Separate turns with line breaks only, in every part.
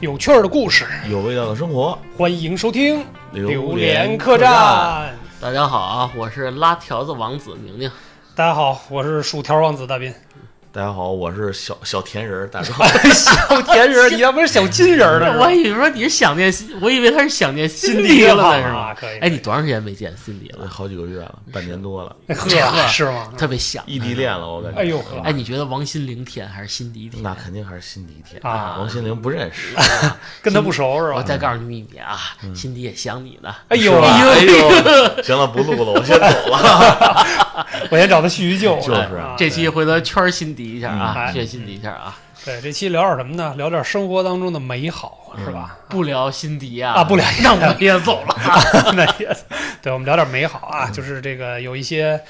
有趣儿的故事，
有味道的生活，
欢迎收听《
榴
莲
莲
客
客
栈
栈》。
大家好啊，我是拉条子王子宁宁。
大家好，我是薯条王子大 斌。
大家好，我是小小甜人儿 大壮。
小甜人，你要不是小金人 呢？
我以为说你是想念西，我以为他是想念辛
金
迪
地
了
了
呢， 是吗？
可以。
哎，你多长时间没见辛迪了？
好几个月了，半年多了，
呵，是吗？
特别想
异地恋。了，我感觉。
哎呦呵
哎，你觉得王心凌甜还是辛迪甜？
那肯定还是辛迪甜
啊
王心凌不认识，
跟他不熟是
我
吧？
再告诉你秘密啊，
嗯
辛迪也想你呢。
哎呦，
是吧
哎呦
哎呦，行了，不录了，我先走了。
我先找他叙叙旧。
就是
啊
这期回头圈儿辛迪一下
嗯哎
啊，炫辛迪一下啊，
对这期聊点什么呢？聊点生活当中的美好，是吧？
不聊辛迪啊
啊不聊
那我也走了。
那也，对，我们聊点美好啊，就是这个有一些。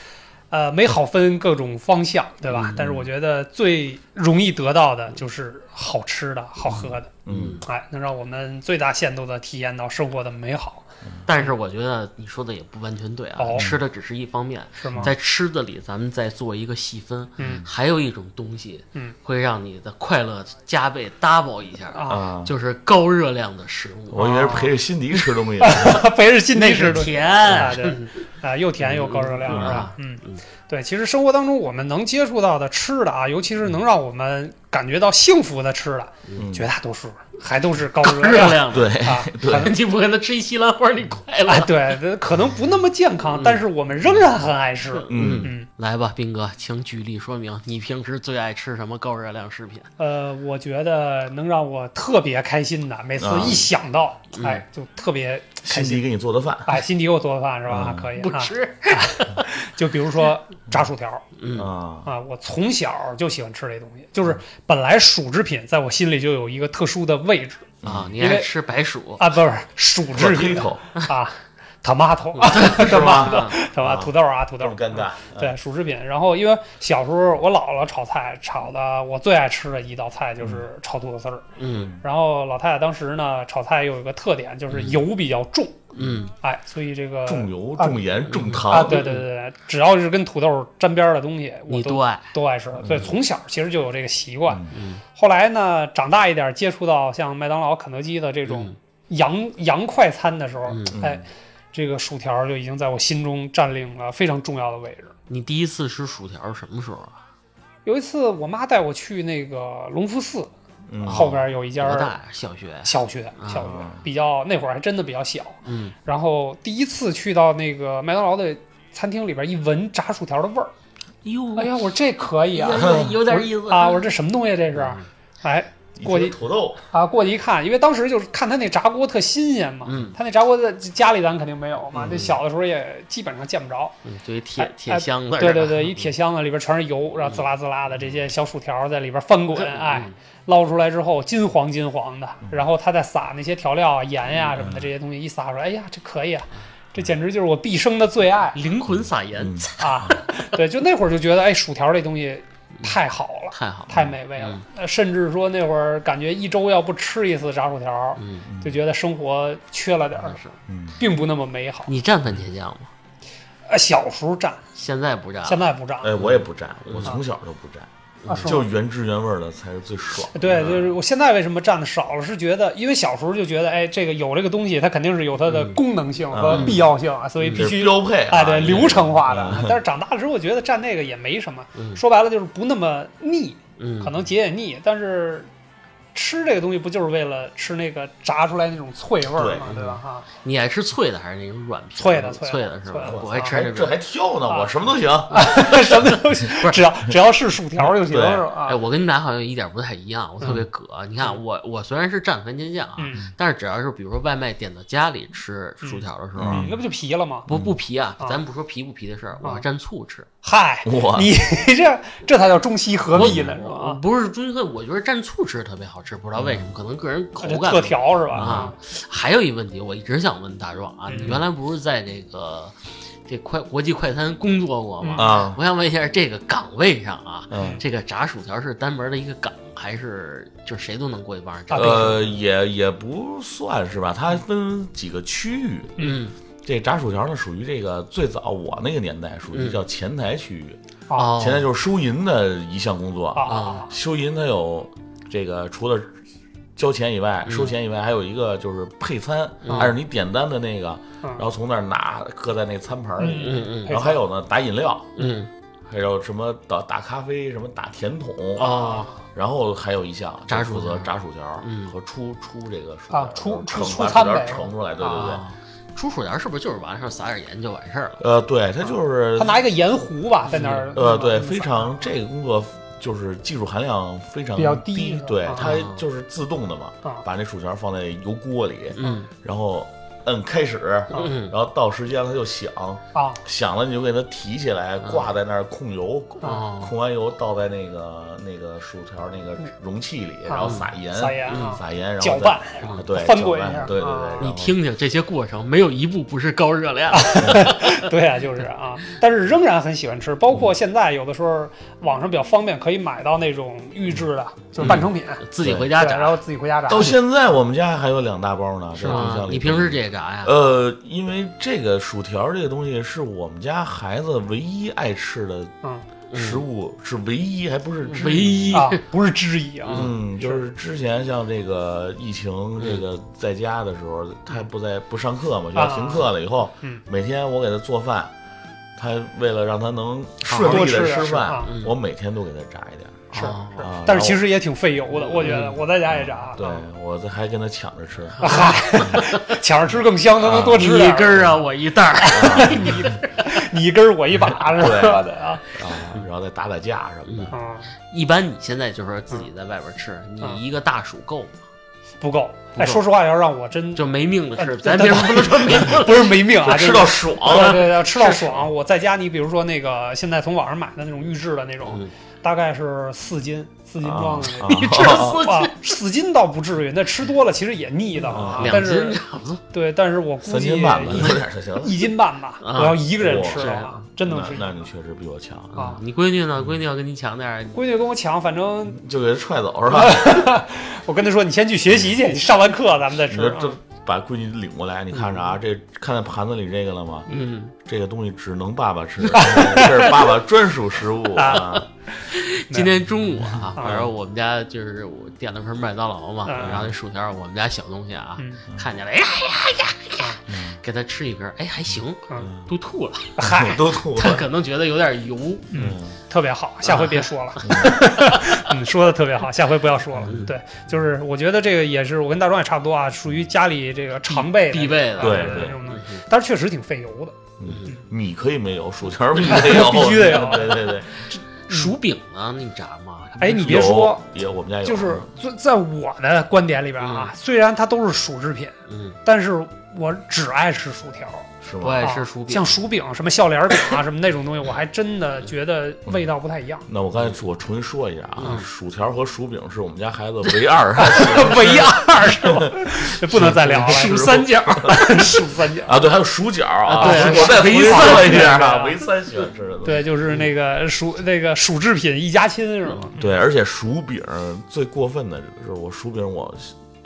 呃，美好分各种方向，对吧？但是我觉得最容易得到的就是好吃的、好喝的。
嗯，
哎，能让我们最大限度地体验到生活的美好，
但是我觉得你说的也不完全对啊
哦，嗯
吃的只是一方面，
是吗？
在吃的里咱们再做一个细分。
嗯
还有一种东西，
嗯，
会让你的快乐加倍 double 一下，
啊，
啊，
就是高热量的食物，
我以为是陪着辛迪吃东西呢。
肥是心
那
地吃
是
的
甜，
啊，对啊，又甜又高热量
嗯
是吧？嗯
嗯，
对，其实生活当中我们能接触到的吃的啊，尤其是能让我们感觉到幸福的吃的，
嗯
绝大多数还都是高
高
热
热量的。
对，
啊，可能
你不跟他吃一西兰花，你 快
哎
乐。
对，可能不那么健康，但是我们仍然很爱吃。
嗯
嗯，
来吧，斌哥，请举例说明你平时最爱吃什么高热量食品？
呃，我觉得能让我特别开心的，每次
啊
一想到，
嗯
哎，就特别开
辛
心
迪。给你做的饭，
哎，辛迪给我做的饭是吧？
嗯
可以
不
啊。
吃，
就比如说炸薯条
嗯，
啊，
啊，我从小就喜欢吃这东西，就是本来薯制品在我心里就有一个特殊的位置
啊，你
因为
爱吃白薯，
啊，不是薯制品
Potato
啊，tomato
是吧？
吧？土豆啊，土
这
豆
么，尴尬，
对，
嗯
薯制品。然后因为小时候我姥姥炒菜炒的，我最爱吃的一道菜就是炒土豆丝儿。
嗯
然后老太太当时呢炒菜又有一个特点，就是油比较重，
嗯，
哎，所以这个
重油、
啊
重盐、重糖
啊，对对对对，只要是跟土豆沾边儿的东西，我
嗯你嗯
都
多爱，
都爱吃，所以从小其实就有这个习惯。
嗯
后来呢，长大一点接触到像麦当劳、肯德基的这种
嗯
洋、洋快餐的时候，
嗯，
嗯
哎，这个薯条就已经在我心中占领了非常重要的位置。
你第一次吃薯条是什么时候啊？
有一次，我妈带我去那个隆福寺、
嗯
后边有一
多大
家
呀？小学？
小学，
啊
小学比较那会儿还真的比较小。
嗯，
然后第一次去到那个麦当劳的餐厅里边，一闻炸薯条的味儿，
哟，
哎呀，我说这可以啊！
哎有点意思
啊，我说这什么东西这是？
嗯
哎，
一
过
听
一
土豆，
啊，过去一看，因为当时就是看他那炸锅特新鲜嘛，
嗯
他那炸锅在家里咱肯定没有嘛，
嗯
这小的时候也基本上见不着。
嗯，就一铁
哎
铁箱子、嗯
对对对，一铁箱子里边全是油，然后滋啦滋啦的这些小薯条在里边翻滚，
嗯
哎，，捞出来之后金黄金黄的，然后他再撒那些调料啊、盐呀、
嗯
什么的这些东西，一撒出来，哎呀，这可以啊，这简直就是我毕生的最爱
嗯灵魂撒盐，
嗯
啊！对，就那会儿就觉得，哎，薯条这东西太好了。
太好了，
太美味
嗯
了，呃甚至说那会儿感觉一周要不吃一次炸薯条，
嗯，
就觉得生活缺了点儿
那，是。
嗯，
并不那么美好。
你蘸番茄酱吗？
呃，小时候蘸，
现在不蘸了，
现在不蘸
哎，我也不蘸，我从小就不蘸。
呃
啊，嗯是
就
吗？
原汁原味儿的才是最爽的。
嗯
对，就是我现在为什么蘸的少了，是觉得因为小时候就觉得，哎，这个有这个东西，它肯定是有它的
嗯
功能性
嗯
和必要性啊，所以
嗯
必
这
须
是标配
哎，
啊，
对，流程化的啊
嗯。
但是长大了之后，我觉得蘸那个也没什么，
嗯
说白了就是不那么腻，
嗯，
可能解解腻，但是。吃这个东西不就是为了吃那个炸出来那种脆味儿
对
吗？对吧？哈，
你爱吃脆的还是那种软皮的？
脆的脆的
脆的是
脆
吧？
的
我爱吃
还
那
哎这
种。
还挑呢，
啊
我什么都行。
什么东西，只要只要是薯条就行，
对
是吧？
哎，
啊
我跟你俩好像一点不太一样，我特别葛。你看我，我虽然是蘸番茄酱啊，
嗯，
但是只要是比如说外卖点到家里吃薯条的时候，啊
嗯
那不就皮了吗？
不不皮啊，
啊
咱不说皮不皮的事儿，我
啊
还蘸醋吃。
嗨，
我
你 这这才叫中西合璧呢，是
我
吧？啊
不是中西我觉得蘸醋吃特别好吃，不知道为什么，可能个人口
这
感
嗯特调是吧？
啊，还有一问题，我一直想问大壮啊，你
嗯
原来不是在这个这快国际快餐工作过吗？
啊，
我想问一下，这个岗位上啊，
嗯，
这个炸薯条是单门的一个岗，还是就是谁都能过去帮着炸
啊？
呃，也也不算是吧，它分几个区域。
嗯，
这炸薯条呢，属于这个最早我那个年代属
嗯
于叫前台区域，
啊
哦，
前
哦
台就是收银的一项工作。
啊啊
收银它有这个除了交钱以外，
嗯
收钱以外，还有一个就是配餐，
嗯
按照你点单的那个，
嗯
然后从那儿拿搁在那餐盘里，
嗯
嗯
然后还有呢打饮料，
嗯
还有什么打打咖啡，什么打甜筒
嗯，啊，
然后还有一项
炸
就负
薯条
责炸薯条
嗯
和出出这个薯
啊
条
出
盛
出
把
出餐
薯条
呗
盛出来，对对对
啊，出薯条是不是就是完事儿撒点盐就完事儿了？
呃，对他就是
啊他拿一个盐壶吧，在那儿
呃，
嗯
对，非常这个工作就是技术含量非常
比较低
低
是吧，
对
啊，
它就是自动的嘛
啊，
把那薯条放在油锅里，
嗯
然后摁开始，
嗯
然后到时间了它就响，
啊，
响了你就给它提起来，
嗯
挂在那儿控油，
啊
哦
控完油倒在那个那个薯条那个容器里，然后撒盐，
嗯啊
嗯
撒盐啊
撒盐，然后
搅
再
拌
啊对，
翻
搅
滚一
拌
下
对对
啊
对，
你
然后
听听这些过程，没有一步不是高热量。
对啊，就是啊，但是仍然很喜欢吃，包括现在有的时候网上比较方便，可以买到那种预制的，就是半成品，
自己嗯回家
对然
炸啊
后自己回家炸。
到现在我们家还有两大包呢，
是
在冰
吗？
箱里
你平时这也炸呀？
呃，因为这个薯条这个东西是我们家孩子唯一爱吃的
嗯
食物，是唯一，还不是之
唯。一
啊，不是之一啊，
嗯，就是之前像这个疫情，这个在家的时候，他不在不上课嘛，学校停课了以后，
啊嗯
每天我给他做饭，他为了让他能顺
多
利
吃
的
点
吃
是
饭
吧，
嗯
我每天都给他炸一点。
是
啊
是
啊，
但是其实也挺费油的，我觉得
嗯
我在家也炸，
对
啊
我这还跟他抢 着吃，啊
抢着吃更香，他能多
你
吃
一
点
根儿啊，我一袋儿。
你一根儿我一把是
对
吧？对啊，
啊，然后再打打架什么的。
嗯，
一般你现在就是自己在外边吃，你一个大薯够吗？
不够。
不够
哎，说实话，要让我真
就没命的吃，
呃
咱别说不能说没命了，
不是没命啊，就
就吃
是
到 爽
对
了，
对对，吃到爽。我在家，你比如说那个现在从网上买的那种预制的那种
嗯，
大概是四斤四斤装的那
啊
种。
你吃四
啊，四斤倒不至于，那吃多了其实也腻的啊。
啊
两
但
斤
是
差不多。
对，但是我估
三
计
斤半吧，
一
有点就行了。
嗯一斤半吧，
啊
我要一个人吃
是
的话
啊，
真能吃
那。那你确实比我强，
啊
你闺女呢？闺女要跟你抢点儿，
闺女跟我抢，反正
就给他踹走是吧？
哎我跟她说，你先去学习去，你上完课咱们再
你
吃
说
啊。嗯
这把闺女领过来，你看着啊，这看在盘子里这个了吗？
嗯，
这个东西只能爸爸吃， 这是爸爸专属食物啊。
今天中午啊，反正我们家就是我点了份麦当劳嘛，
嗯
然后那薯条，我们家小东西啊，
嗯
看见了，哎呀哎呀哎呀
啊
哎呀，给他吃一根，哎还行，
嗯
都吐了，
嗨
我， 都吐
他
了。
可能觉得有点油，
嗯，特别
啊
好，下回别说 了。嗯，说的特别好，下回不要说了。
嗯
对，就是我觉得这个也是我跟大壮也差不多啊，属于家里这个常备的
必备嗯的，
啊
对
这
对
种东西，但是确实挺费油的。
嗯米可以 没有，薯条必须得有，
必须得有
对对对，
薯饼呢，你炸吗？
哎你别
有
说，
也我
哎
们家有，
就是在在我的观点里边啊，虽然它都是薯制品，
嗯，
但是我只爱吃薯条，
是
不
吗？
爱
啊
吃薯饼，
像薯饼、什么笑脸饼啊、什么那种东西，我还真的觉得味道不太一 样。
那我刚才我重新说一下啊
嗯，
薯条和薯饼是我们家孩子 唯二
唯二是吧？这 不能再聊了，
数三角，
数三角。
啊，对，还有薯角啊，
啊对
我再
维
重新说
三
一下啊，
对
维三喜欢吃的东西。
对，就是那个薯那个薯制品一家亲是吗？
对，而且薯饼最过分的就是我薯饼我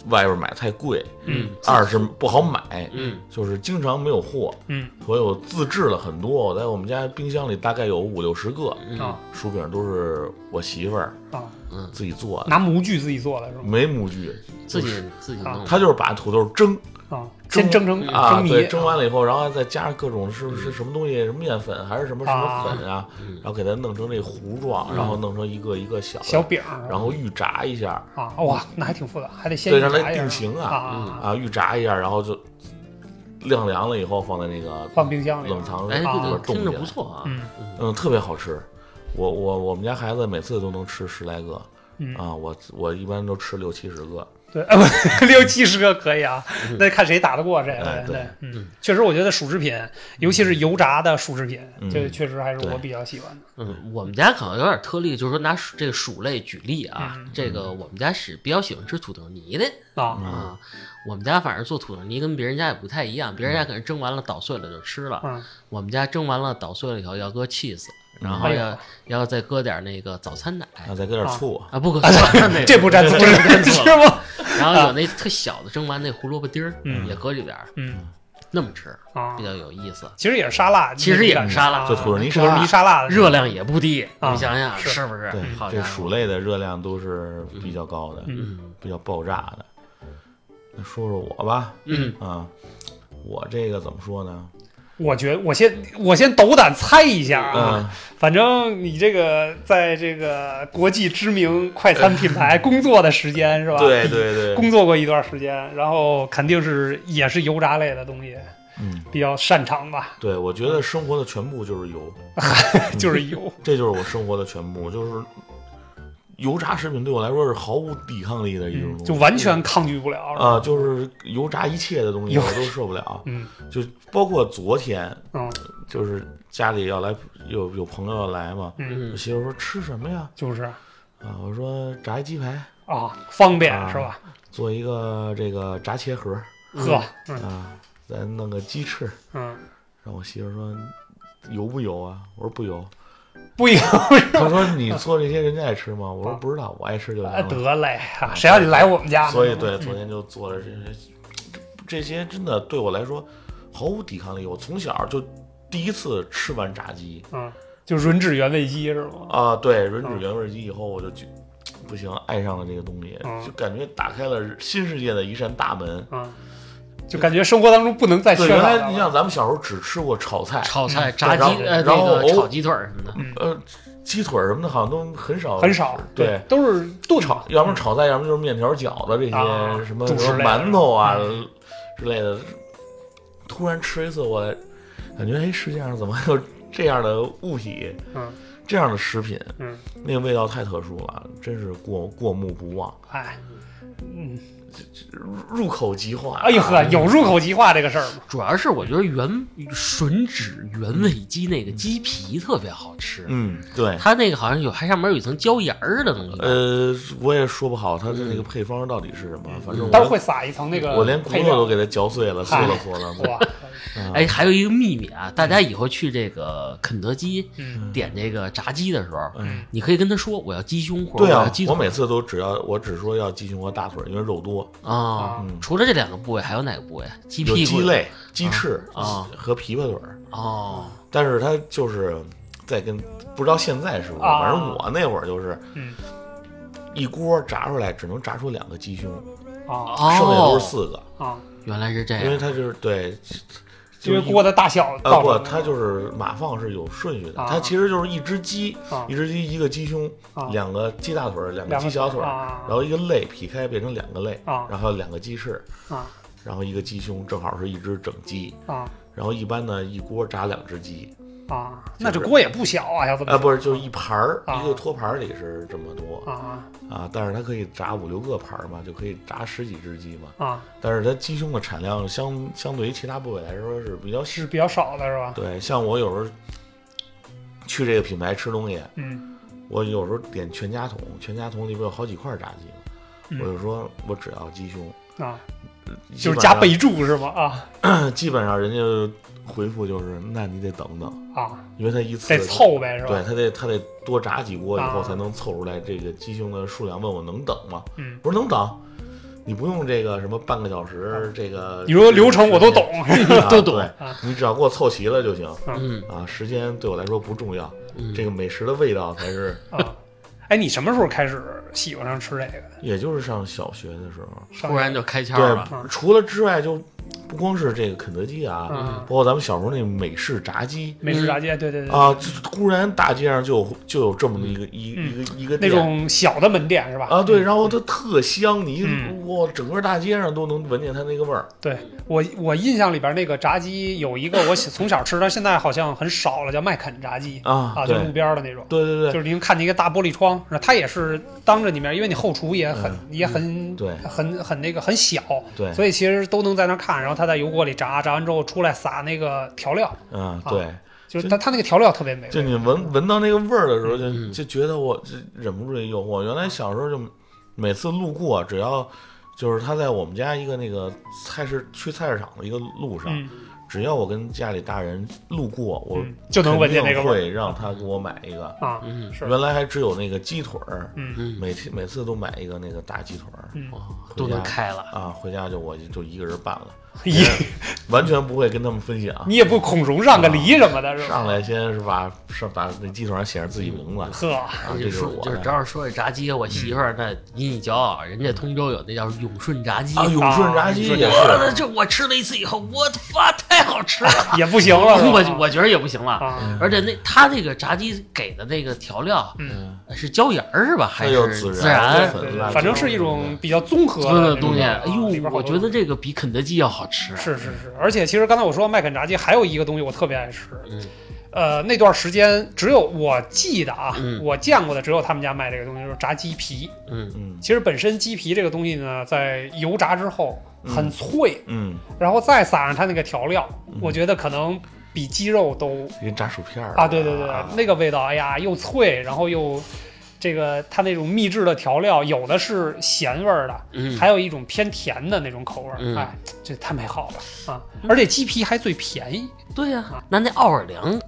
外边买太贵，
嗯
二是不好买，
嗯
就是经常没有货，
嗯
所以我自制了很多，我在我们家冰箱里大概有五六十个
啊
薯饼，都是我媳妇儿
啊，
自己做的，
拿模具自己做的是吗？
没模具，
嗯
嗯自己自己弄，
她就是啊把土豆蒸
啊，先蒸成
啊，
蒸嗯
对，
泥，
蒸完了以后，然后再加上各种是是什么东西，什么面粉还是什么什么粉啊，
嗯
然后给它弄成这糊状，然后弄成一个一个小的
小饼儿
然后预炸一下。
啊，哇，那还挺复杂，还得先
对，让它
炸一下
定型啊
啊，
啊，预炸一下，然后就晾凉了以后放在那个
放冰箱里
冷藏
哎，
里
这
啊
个
边冻
听
起
着
来
不，错啊，
嗯
嗯，特别好吃。我我我们家孩子每次都能吃十来个
嗯
啊，我我一般都吃六七十个。
对，啊不， 六七十个可以啊，那看谁打得过谁
哎
了。
对
对，嗯，确实，我觉得薯制品，尤其是油炸的薯制品，这确实还是我
对
比较喜欢的。
嗯，我们家可能有点特例，就是说拿薯这个薯类举例啊，
嗯
这个我们家是比较喜欢吃土豆泥的
啊
啊。我们家反正做土豆泥跟别人家也不太一样，别人家可能蒸完了捣碎了就吃了，
嗯
我们家蒸完了捣碎了以后要搁 cheese，然后
哎
要、
呀
要再搁点那个早餐奶
啊，再搁点醋，
啊，不搁早餐奶
这不沾醋，
这不沾醋
是吗？
然后有那特小的蒸完那胡萝卜丁儿、
嗯
也搁里边儿，
嗯，
那么吃
啊
比，较有意思，
其实也是沙拉，
其实也是沙拉
啊
就土耳其沙
土耳
拉
其沙拉的
热量也不低，
嗯啊
你想想
是
是不是
对？，
好
这
家伙，
薯类的热量都是比较高的，
嗯
嗯
比较爆炸的。那说说我吧，
嗯
啊，我这个怎么说呢？
我觉得我先我先斗胆猜一下啊，
嗯，
反正你这个在这个国际知名快餐品牌工作的时间是吧？
对对对，
工作过一段时间，然后肯定是也是油炸类的东西
嗯，
比较擅长 吧，
对，我觉得生活的全部就是油，
就是 油。
这就是我生活的全部，就是油炸食品对我来说是毫无抵抗力的一种
嗯
东西，
就完全抗拒不了。
啊、就是油炸一切的东西
嗯油
我都受不了，
嗯
就包括昨天，
嗯
就是家里要来有有朋友要来嘛，
嗯，
我
嗯
媳妇说吃什么呀？
就是啊，
啊，我说炸一鸡排，
方便
啊
是吧？
做一个这个炸茄盒
呵，嗯
啊，再弄个鸡翅。
嗯，
然后我媳妇说油不油啊？我说不油。
不油
她说你做这些人家爱吃吗？我说
啊
不知道，我爱吃就行
啊，
了。
得嘞啊，谁让你来我们家呢？
嗯所以对，昨天就做了这些，这些真的对我来说毫无抵抗力。我从小就第一次吃完炸鸡
嗯，就吮指原味鸡是吗？
啊，对，
嗯
吮指原味鸡以后我就觉不行，爱上了这个东西
嗯，
就感觉打开了新世界的一扇大门。
嗯，就感觉生活当中不能再缺
对，原
少
来
它
你
了。
像咱们小时候只吃过炒菜，
炒菜、炸鸡
然后
呃
然后
那个
偶
炒鸡腿儿什么的，
呃，鸡腿儿什么的，好像都很少，
很少，
哦对，
都是炖炒
要么炒菜，要么就是面条、饺子这
啊
些什么
主食
什么
类的嗯
馒头啊之类的。突然吃一次，我感觉哎，世界上怎么还有这样的物体？
嗯，
这样的食品，
嗯，
那个味道太特殊了，真是过过目不忘，
哎，嗯，
入口即化。
哎呦呵，有入口即化这个事儿吗？
主要是我觉得原吮指原味鸡那个鸡皮特别好吃，
嗯，对，
它那个好像有还上面有一层椒盐儿似的东西。
呃，我也说不好它的那个配方到底是什么，反正我
嗯但是会撒一层那个
我连骨
配
头
料
都给它嚼碎了，嗦了嗦了。
哇，
嗯
哎，还有一个秘密啊，大家以后去这个肯德基
嗯
点这个炸鸡的时候，
嗯
你可以跟他说我要鸡胸或者
对
我要
啊
鸡，
我
腿
每次都只要我只说要鸡胸和大腿，因为肉多。
啊。
嗯，
除了这两个部位，还有哪个部位？鸡
有
屁股
鸡肋、鸡翅
啊
和琵琶腿儿，
哦，
但是它就是在跟不知道现在是不是，
啊
反正我那会儿就是
嗯
一锅炸出来只能炸出两个鸡胸，
啊
哦哎
剩下都是四个，
啊，
原来是这
因为
样。
它就是对，
因
就
为
是一
锅的大小
呃
造
不，
成的
它就是码放是有顺序的，
啊
它其实就是一只鸡，
啊
一只鸡一个鸡胸，
啊
两个鸡大腿儿，两个
两个
鸡小腿儿，
啊
然后一个肋劈开变成两个肋，
啊
然后两个鸡翅，
啊
然后一个鸡胸，正好是一只整鸡。
啊
然后一般呢，一锅炸两只鸡，
啊，
是
那这锅也不小啊，要这么
啊，不
是
是，就是一盘儿，
啊
一个托盘儿里是这么多
啊
啊，但是它可以炸五六个盘儿嘛，就可以炸十几只鸡嘛。
啊，
但是它鸡胸的产量相相对于其他部位来说是比较
是
小。
比较少的是吧？
对，像我有时候去这个品牌吃东西，
嗯
我有时候点全家桶，全家桶里边有好几块炸鸡嘛，
嗯
我就说我只要鸡胸，
啊，
基
就是
本
加
上
备注是吗？啊
基本上人家回复就是，那你得等等，
啊，
因为他一次
得凑呗是吧？
对他得他得多炸几锅以后
啊
才能凑出来这个鸡胸的数量。问我能等吗？
嗯，
我说能等，你不用这个什么半个小时，这个
啊你说流程 我都懂，
啊
都懂
对
啊
你只要给我凑齐了就行
嗯
啊。时间对我来说不重要，
嗯，
这个美食的味道才是，
啊。哎，你什么时候开始喜欢上吃这个的？
也就是上小学的时候。
上
突然就开窍了。
嗯
对，除了之外就不光是这个肯德基啊，
嗯
包括咱们小时候那美式炸鸡。
美食炸鸡，对对对，
啊！就忽然大街上就有就有这么一个一一个一个
嗯那
店
种小的门店是吧？
啊，对，然后它特香，你
嗯
哇，整个大街上都能闻见它那个味儿。
对我我印象里边那个炸鸡有一个我小从小吃，但现在好像很少了，叫麦肯炸鸡
啊
啊，就
对
路边的那种。
对对
就
对，
是您看见一个大玻璃窗，然后它也是当着你面，因为你后厨也很、也很、
嗯对
很很那个很小，
对
所以其实都能在那儿看。然后它在油锅里炸，炸完之后出来撒那个调料，
嗯，
啊
对，
就是它它那个调料特别美
就
味
你闻闻到那个味儿的时候，就
嗯
就觉得我这忍不住这诱惑。
啊
原来小时候就每次路过，只要就是他在我们家一个那个菜市去菜市场的一个路上，
嗯，
只要我跟家里大人路过，我
嗯就能闻见那个味儿
肯定会让他给我买一个。
啊，
嗯
是
原来还只有那个鸡腿儿，
嗯
嗯，
每天每次都买一个那个大鸡腿儿
嗯
哦哇都能开了。
啊，回家就我就一个人拌了。
一
完全不会跟他们分享。
你也不孔融让个梨什么的，是吧？
上来先是把是把那鸡腿上写上自己名 字，
呵，
啊，这
就是说
我
就是
的
正好说起炸鸡，我媳妇儿那以你骄傲，人家通州有那叫永顺炸鸡
啊，永顺炸鸡也是，
哇 这我吃了一次以后，我的妈，太好吃了！
也不行哎了，是吧
我我觉得也不行了，
啊，
而且那他那个炸鸡给的那个调料
嗯
是椒盐儿是吧？还
有
是孜
孜然
对
粉
对
辣椒
反正是一种比较综合
所有
的
的东西？
那
哎
种里
呦，
边好
我
多嗯
觉得这个比肯德基要好吃。
是是是，而且其实刚才我说麦肯炸鸡还有一个东西我特别爱吃，
嗯
呃，那段时间只有我记得啊，
嗯
我见过的只有他们家卖这个东西，就是炸鸡皮。
嗯，
嗯
其实本身鸡皮这个东西呢，在油炸之后很脆，
嗯，
然后再撒上它那个调料，
嗯
我觉得可能比鸡肉都
跟炸薯片儿
啊，对对对，
啊
那个味道，哎呀，又脆，然后又这个它那种秘制的调料，有的是咸味儿的，
嗯
还有一种偏甜的那种口味儿，
嗯
哎，这太美好了啊！
嗯
而且鸡皮还最便宜，
对呀，那那奥尔良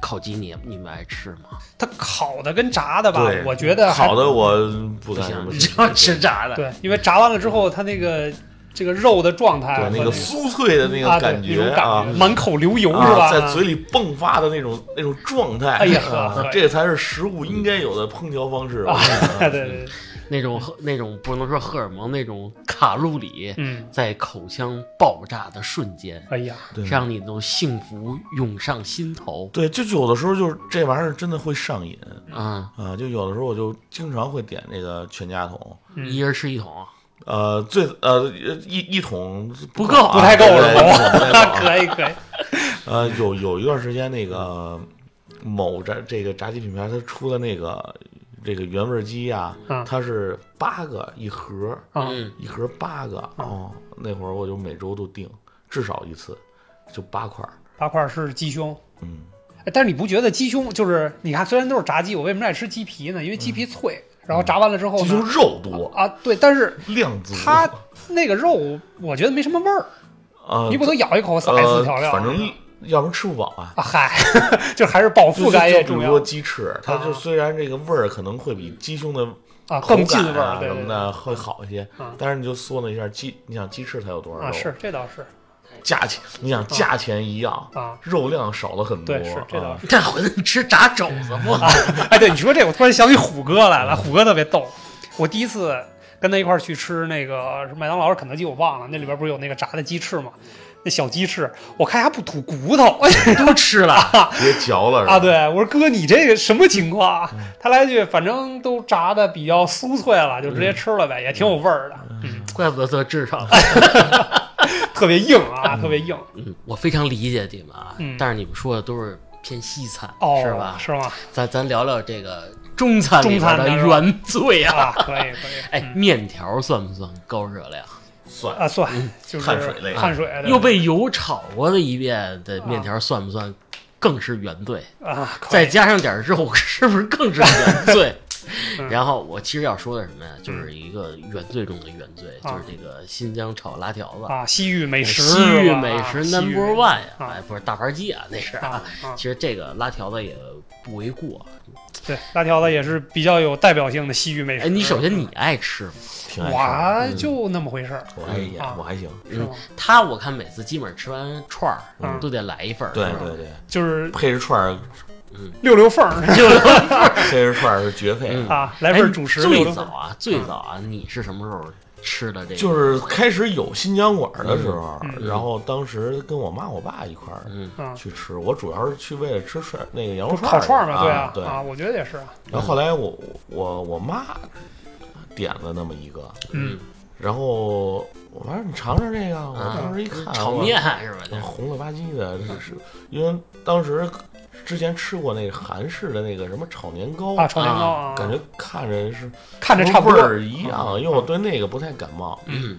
烤鸡你你们爱吃吗？
它烤的跟炸的吧
对，
我觉得还
烤的我不
不
敢什
行，
么
你只要吃炸的。
对，因为炸完了之后，它那个这个肉的状态和
对
那
那个酥脆的那个
啊，对
感
那种
觉
感觉，
啊。
满口流油
啊
是吧？
在嘴里迸发的那种那种状态，
哎呀呵
啊
对
这才是食物应该有的烹调方式。
啊
我觉得，
对对对，
那种荷那种不能说荷尔蒙那种卡路里，
嗯，
在口腔爆炸的瞬间，
哎呀，
对
让你那种幸福涌上心头
对，就有的时候就是这玩意儿真的会上瘾
嗯
啊！
啊！就有的时候我就经常会点那个全家桶，
嗯
一人吃一桶，
呃，最呃一一桶
不够
啊
不太够
对
是
一桶不太
吧？
够 啊
可以可以，
呃，有有一段时间那个某炸这个炸鸡品牌它出的那个这个原味鸡啊
嗯，
它是八个一盒，
啊，
嗯，
一盒八个哦。那会儿我就每周都订，至少一次，就八块儿。
八块是鸡胸。
嗯，
哎但是你不觉得鸡胸就是你看，虽然都是炸鸡，我为什么爱吃鸡皮呢？因为鸡皮脆，然后炸完了之后
嗯鸡胸
呢，
肉多，
啊，对，但是
量足。
哦它那个肉我觉得没什么味儿，
呃，
你不能咬一口撒一次调料，
呃反正要不然吃不饱啊。
啊，嗨， 就还是饱腹感
就
也
就比
重
如
要
说鸡翅，它就
啊
虽然这个味儿可能会比鸡胸的
啊，
口
更进
感
味
啊
儿，对
什
对对
么的会好一些
啊，
但是你就缩了一下鸡，你想鸡翅它有多少肉？
啊，是这倒是
价钱，你想价钱一样，
啊，
肉量少了很多。
对是这倒
啊
是。
但回头你吃炸肘子不？
哎，对你说这，我突然想起虎哥来了，虎哥特别逗。我第一次跟他一块儿去吃那个是麦当劳还是肯德基，我忘了，那里边不是有那个炸的鸡翅吗？那小鸡翅，我看他不吐骨头
都吃了，
别嚼了是吧
啊！对，我说哥，你这个什么情况
嗯
啊？他来一句，反正都炸的比较酥脆了，就直
嗯
接吃了呗，也挺有味儿的，嗯，
怪不得得痔疮。
哎特别硬啊，特别硬。
嗯，我非常理解你们啊
嗯，
但是你们说的都是偏西餐，
哦，
是吧？
是 吗？
咱咱聊聊这个中餐里
中餐
边的
的是吧
原罪啊！
啊，可以可以。
哎，面条算不算高热量？
算
啊，算，
嗯
就是
碳水类的
碳水的
又被油炒过的一遍的面条算不算更是原罪？
啊，可
再
以
加上点肉，是不是更是原罪
嗯？
然后我其实要说的是什么呀？就是一个原罪中的原罪，
啊
就是这个新疆炒拉条子，
啊，西域美食，
哎西域
是吧
美食
啊
number one 呀，
啊
哎，不是大盘鸡啊，那是
啊啊
其实这个拉条子也不为过。
对，辣条子也是比较有代表性的西域美食。
哎，你首先嗯你爱吃吗？
挺爱吃的。
我就那么回事儿，
我还也
啊
我还行，
是吗？
他我看每次基本上吃完串儿、
嗯
都得来一份儿，
对
是吧
对对，
就是
配着串儿，
溜溜 缝儿
配着串儿是绝配。
嗯
啊，来
哎
份主食溜
最
溜
早
缝儿。
啊，最早啊，你是什么时候吃的这个？
就是开始有新疆馆儿的时候
嗯，
然后当时跟我妈我爸一块儿
嗯
嗯，
去吃，我主要是去为了吃涮那个羊
不
肉
是烤
串
串
儿
儿
嘛，
嘛，对
啊
啊，
对。
啊，我觉得也是啊，
然后后来我我我妈点了那么一个，
嗯，
然后我妈说你尝尝这个，我
啊
当时一看
炒
我嗯
面是吧？这
红了吧唧的，这是因为当时之前吃过那个韩式的那个什么炒年糕，
啊，炒年糕啊，
嗯感觉看着是
看着差不
味
多嗯
儿一样，因为我对那个不太感冒，
嗯，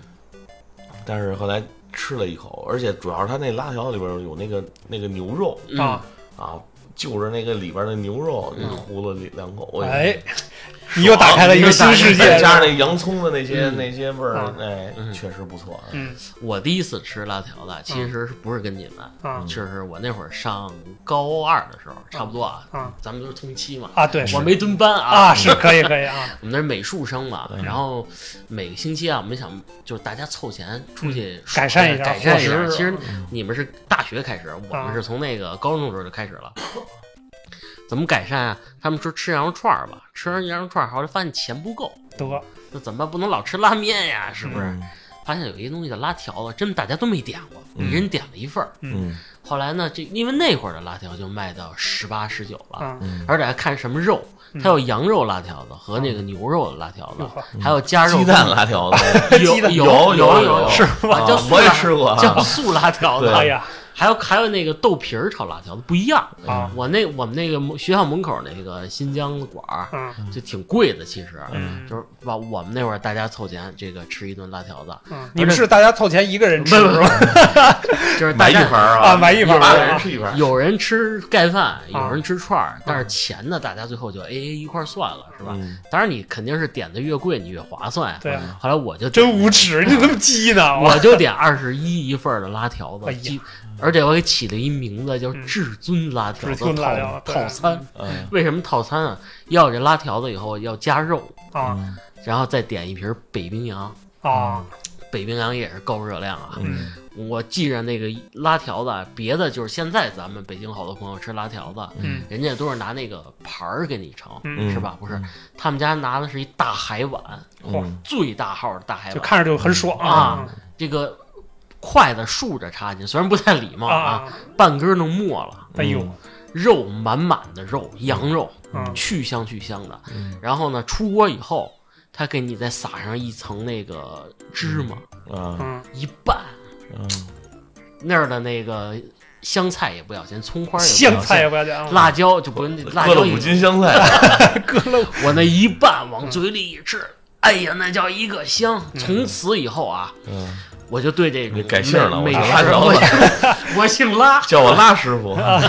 但是后来吃了一口，而且主要是它那辣条里边有那个那个牛肉
嗯
啊，
啊。就着那个里边的牛肉，
嗯
呼噜两口，
哎，你又打开了一个新世界
再
对。
加上那洋葱的那些
嗯
那些味儿
嗯，
哎
嗯，
确实不错啊。
嗯
我第一次吃辣条的，其实是不是跟你们，
啊
就是我那会儿上高二的时候，差不多啊，
啊
咱们都是同期嘛，
啊，对，
我
是
没蹲班啊，
啊，是可以可以啊，
我们那是美术生嘛，然后每个星期啊，我们想就是大家凑钱出去耍
嗯改善一下
改善一
伙
下。
食
其实你们是大学开始，我们是从那个高中的时候就开始了。
嗯
怎么改善啊？他们说吃羊肉串儿吧，吃完羊肉串儿后来发现钱不够，
得
那怎么办？不能老吃拉面呀，是不是？
嗯
发现有一东西叫拉条子，真大家都没点过，
嗯
一人点了一份儿。
嗯
后来呢，这因为那会儿的辣条就卖到十八十九了，
啊，
嗯，
而且还看什么肉，
嗯
它有羊肉辣条子和那个牛肉辣条子
哟，呵
还有加肉
嗯鸡蛋辣条子
有有
有
有
有
是吧？
啊
叫素
我也
辣
吃过啊，
叫素辣条子
对，
哎呀
还有还有那个豆皮儿炒辣条子不一样。
啊
我那我们那个门学校门口那个新疆馆儿
啊
就挺贵的，其实
嗯
就是把我们那会儿大家凑钱，这个吃一顿辣条子，
啊，你们是大家凑钱一个人吃
不
是吧？
就是大
买一
家
盘儿
啊买一盘儿
八个人吃一盘儿，
有人吃盖饭，有人吃串儿，但是钱呢，大家最后就 A A 一块儿算了，是吧？
嗯
当然你肯定是点的越贵，你越划算呀。
对啊
后来我就
真无耻，你怎么那么鸡呢？啊
我就点二十一一份儿的拉条
哎
子，
呀
鸡而且我给起了一名字叫
嗯
至尊拉条
至
子
尊辣条
套
对
套餐。
嗯
为什么套餐啊？要这拉条子以后要加肉，
啊
嗯
然后再点一瓶北冰洋。
啊
北冰洋也是高热量啊！
嗯
我记着那个拉条子啊，别的就是现在咱们北京好多朋友吃拉条子，
嗯
人家都是拿那个盘儿给你盛，
嗯
是吧？不是，他们家拿的是一大海碗，
嗯
最大号的大海
就
碗，
看着就很爽
嗯啊这个筷子竖着插进去，虽然不太礼貌
啊
啊，
啊！
半根儿弄没了，
哎呦
肉满满的肉，羊肉，
嗯
去香去香的。
嗯
然后呢，出锅以后，他给你再撒上一层那个芝麻，
啊
嗯
一拌
嗯
那儿的那个香菜也不要钱，葱花也不
香
要
菜
钱，
也不要讲，
啊辣椒就不用辣
搁了
椒
五
一
斤香菜，
搁了
我那一拌往嘴里一吃，哎呀，那叫一个香！从此以后啊，
嗯，
我就对这
你
种
改姓了，我
美
叫
美
拉
食，
条
我
子，
我姓拉，
叫我拉师傅，啊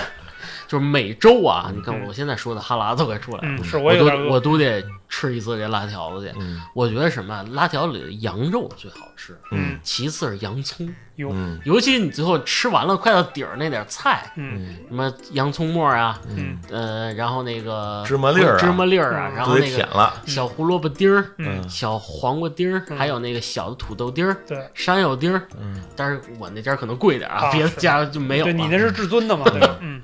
就是每周啊，你看
嗯
我现在说的哈喇子都快出来了，
嗯，是
我
我有点
都我
饿
都得吃一次这辣条子去。
嗯
我觉得什么啊拉条里的羊肉最好吃，
嗯
其次是洋葱，
哟
嗯
尤其你最后吃完了快到底儿那点菜，
嗯
什么洋葱末啊，
嗯
呃，然后那个
芝麻粒儿啊
芝麻粒儿啊，
嗯
然
都
后
得
那
舔
个
了，
小胡萝卜丁儿，
嗯
小黄瓜丁儿，
嗯
还有那个小的土豆丁儿、
对
山药丁儿，
嗯
但是我那家可能贵点儿
啊
别的
是
家就没有
对
了。
你那是至尊的嘛，对吧？嗯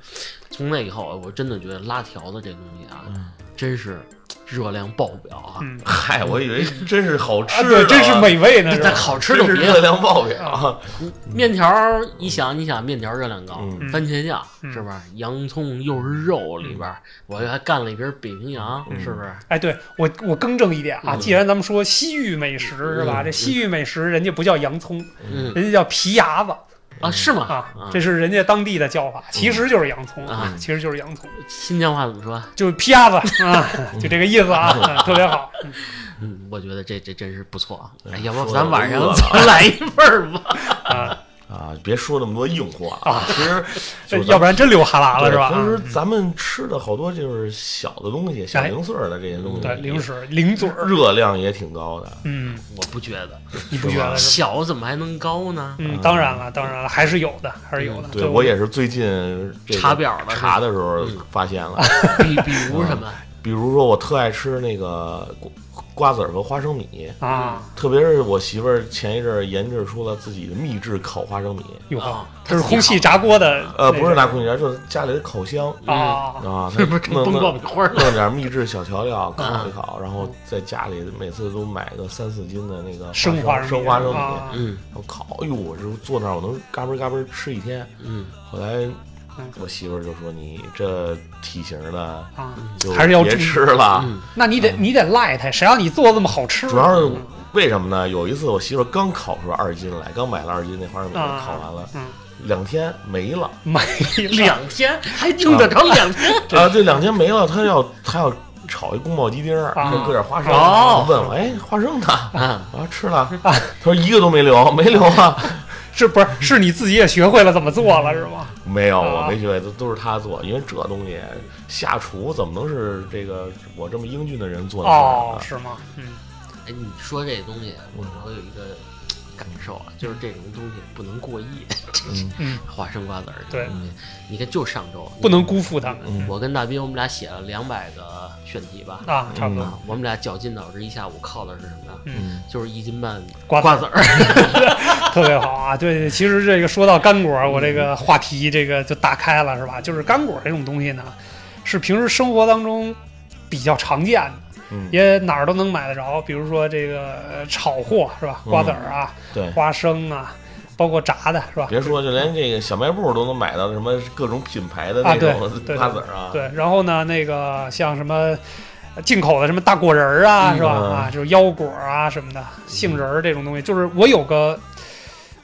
从那以后，我真的觉得拉条子这东西啊，
嗯
真是热量爆表啊！
嗯，
嗨，我以为真是好
啊
吃
对，
的，
真是美味呢，是
但
吧？
好吃
真
都
是
别
热量爆表，啊
面条儿，一想你想面条儿热量高，
嗯
番茄酱
嗯
是不是？洋葱又是肉里边儿，我还干了一瓶北冰洋，
嗯
是不是？
哎，对我我更正一点啊，
嗯
既然咱们说西域美食是吧？
嗯
这西域美食人家不叫洋葱，
嗯
人家叫皮牙子
啊，是吗？
啊，这是人家当地的叫法，其实就是洋葱
啊
其实就是洋葱，
新疆话怎么说？
就是皮牙子啊，就这个意思啊，嗯特别好。嗯
嗯，我觉得这这真是不错啊！
嗯
哎，要不
说得
咱晚上
饿了
再来一份儿吧？
啊，
啊，别说那么多硬货
啊
其实
这
就是咱们
要不然真流哈喇了
对
是吧？
平
啊
时咱们吃的好多就是小的东西，小零碎儿的这些东西，
对，零食零嘴儿，
热量也挺高的。
嗯，
我不觉得，
你不觉得是吧？
小怎么还能高呢？
嗯，当然了，当然了，还是有的，还是有的。
嗯对我也是最近这个
查表了是吧
查的时候发现了，
比比如什 么？
比如说我特爱吃那个瓜瓜子儿和花生米，
啊，
特别是我媳妇儿前一阵儿研制出了自己的秘制烤花生米，
哟
啊
呵，这是空气炸锅的那
呃，
种，
不是拿空气炸，就是家里的烤箱
啊，
啊，
是不是成
弄
崩
弄
爆米花了？
弄点秘制小调料烤一烤，然后在家里每次都买个三四斤的那个
生
花
花
生
生
生
米
花生米，
啊
嗯
然后烤，哎呦，我就坐那儿我能嘎嘣嘎嘣吃一天。
嗯，
后来我媳妇儿就说：“你这体型的
啊，
就
还是要
别
注意
吃了。
嗯
那你得你得赖他，谁让你做的那么好吃？
主要是为什么呢？有一次我媳妇儿刚烤出二斤来，刚买了二斤那花生米，
啊
烤完了
嗯啊
两天没了
没了，
两天还
嗯
用得着 两天？
啊！这两天没了，她要她要炒一宫保鸡丁儿，
啊
再搁点花生。
哦
我问我哎，花生呢？
啊，
我说吃了，她说一个都没留，没留啊。
是不是是你自己也学会了怎么做了是吗？
没有，
啊
我没学会，都都是他做，因为这东西下厨怎么能是这个我这么英俊的人做的啊出来
哦，
呢？
是吗？嗯，
哎，你说这东西，我我有一个感受啊，就是这种东西不能过夜。
嗯，
花生瓜子儿，
对
嗯，你看就上周
不能辜负他们
嗯，
我跟大斌，我们俩写了两百个选题吧，
啊，差不多。
啊，我们俩绞尽脑汁一下午，靠的是什么呀？
嗯，
就是一斤半
瓜子儿
子儿。
特别好啊！对对，其实这个说到干果，我这个话题这个就打开了，是吧？就是干果这种东西呢，是平时生活当中比较常见的，
嗯，
也哪儿都能买得着。比如说这个呃炒货是吧？瓜子儿啊，
对，
花生啊，包括炸的是吧？
别说就连这个小卖部都能买到什么各种品牌的
啊
那种
对
瓜子儿啊，
对，然后呢，那个像什么进口的什么大果仁儿啊，
嗯
是吧？
嗯
啊，就是腰果啊什么的，杏仁儿这种东西，就是我有个，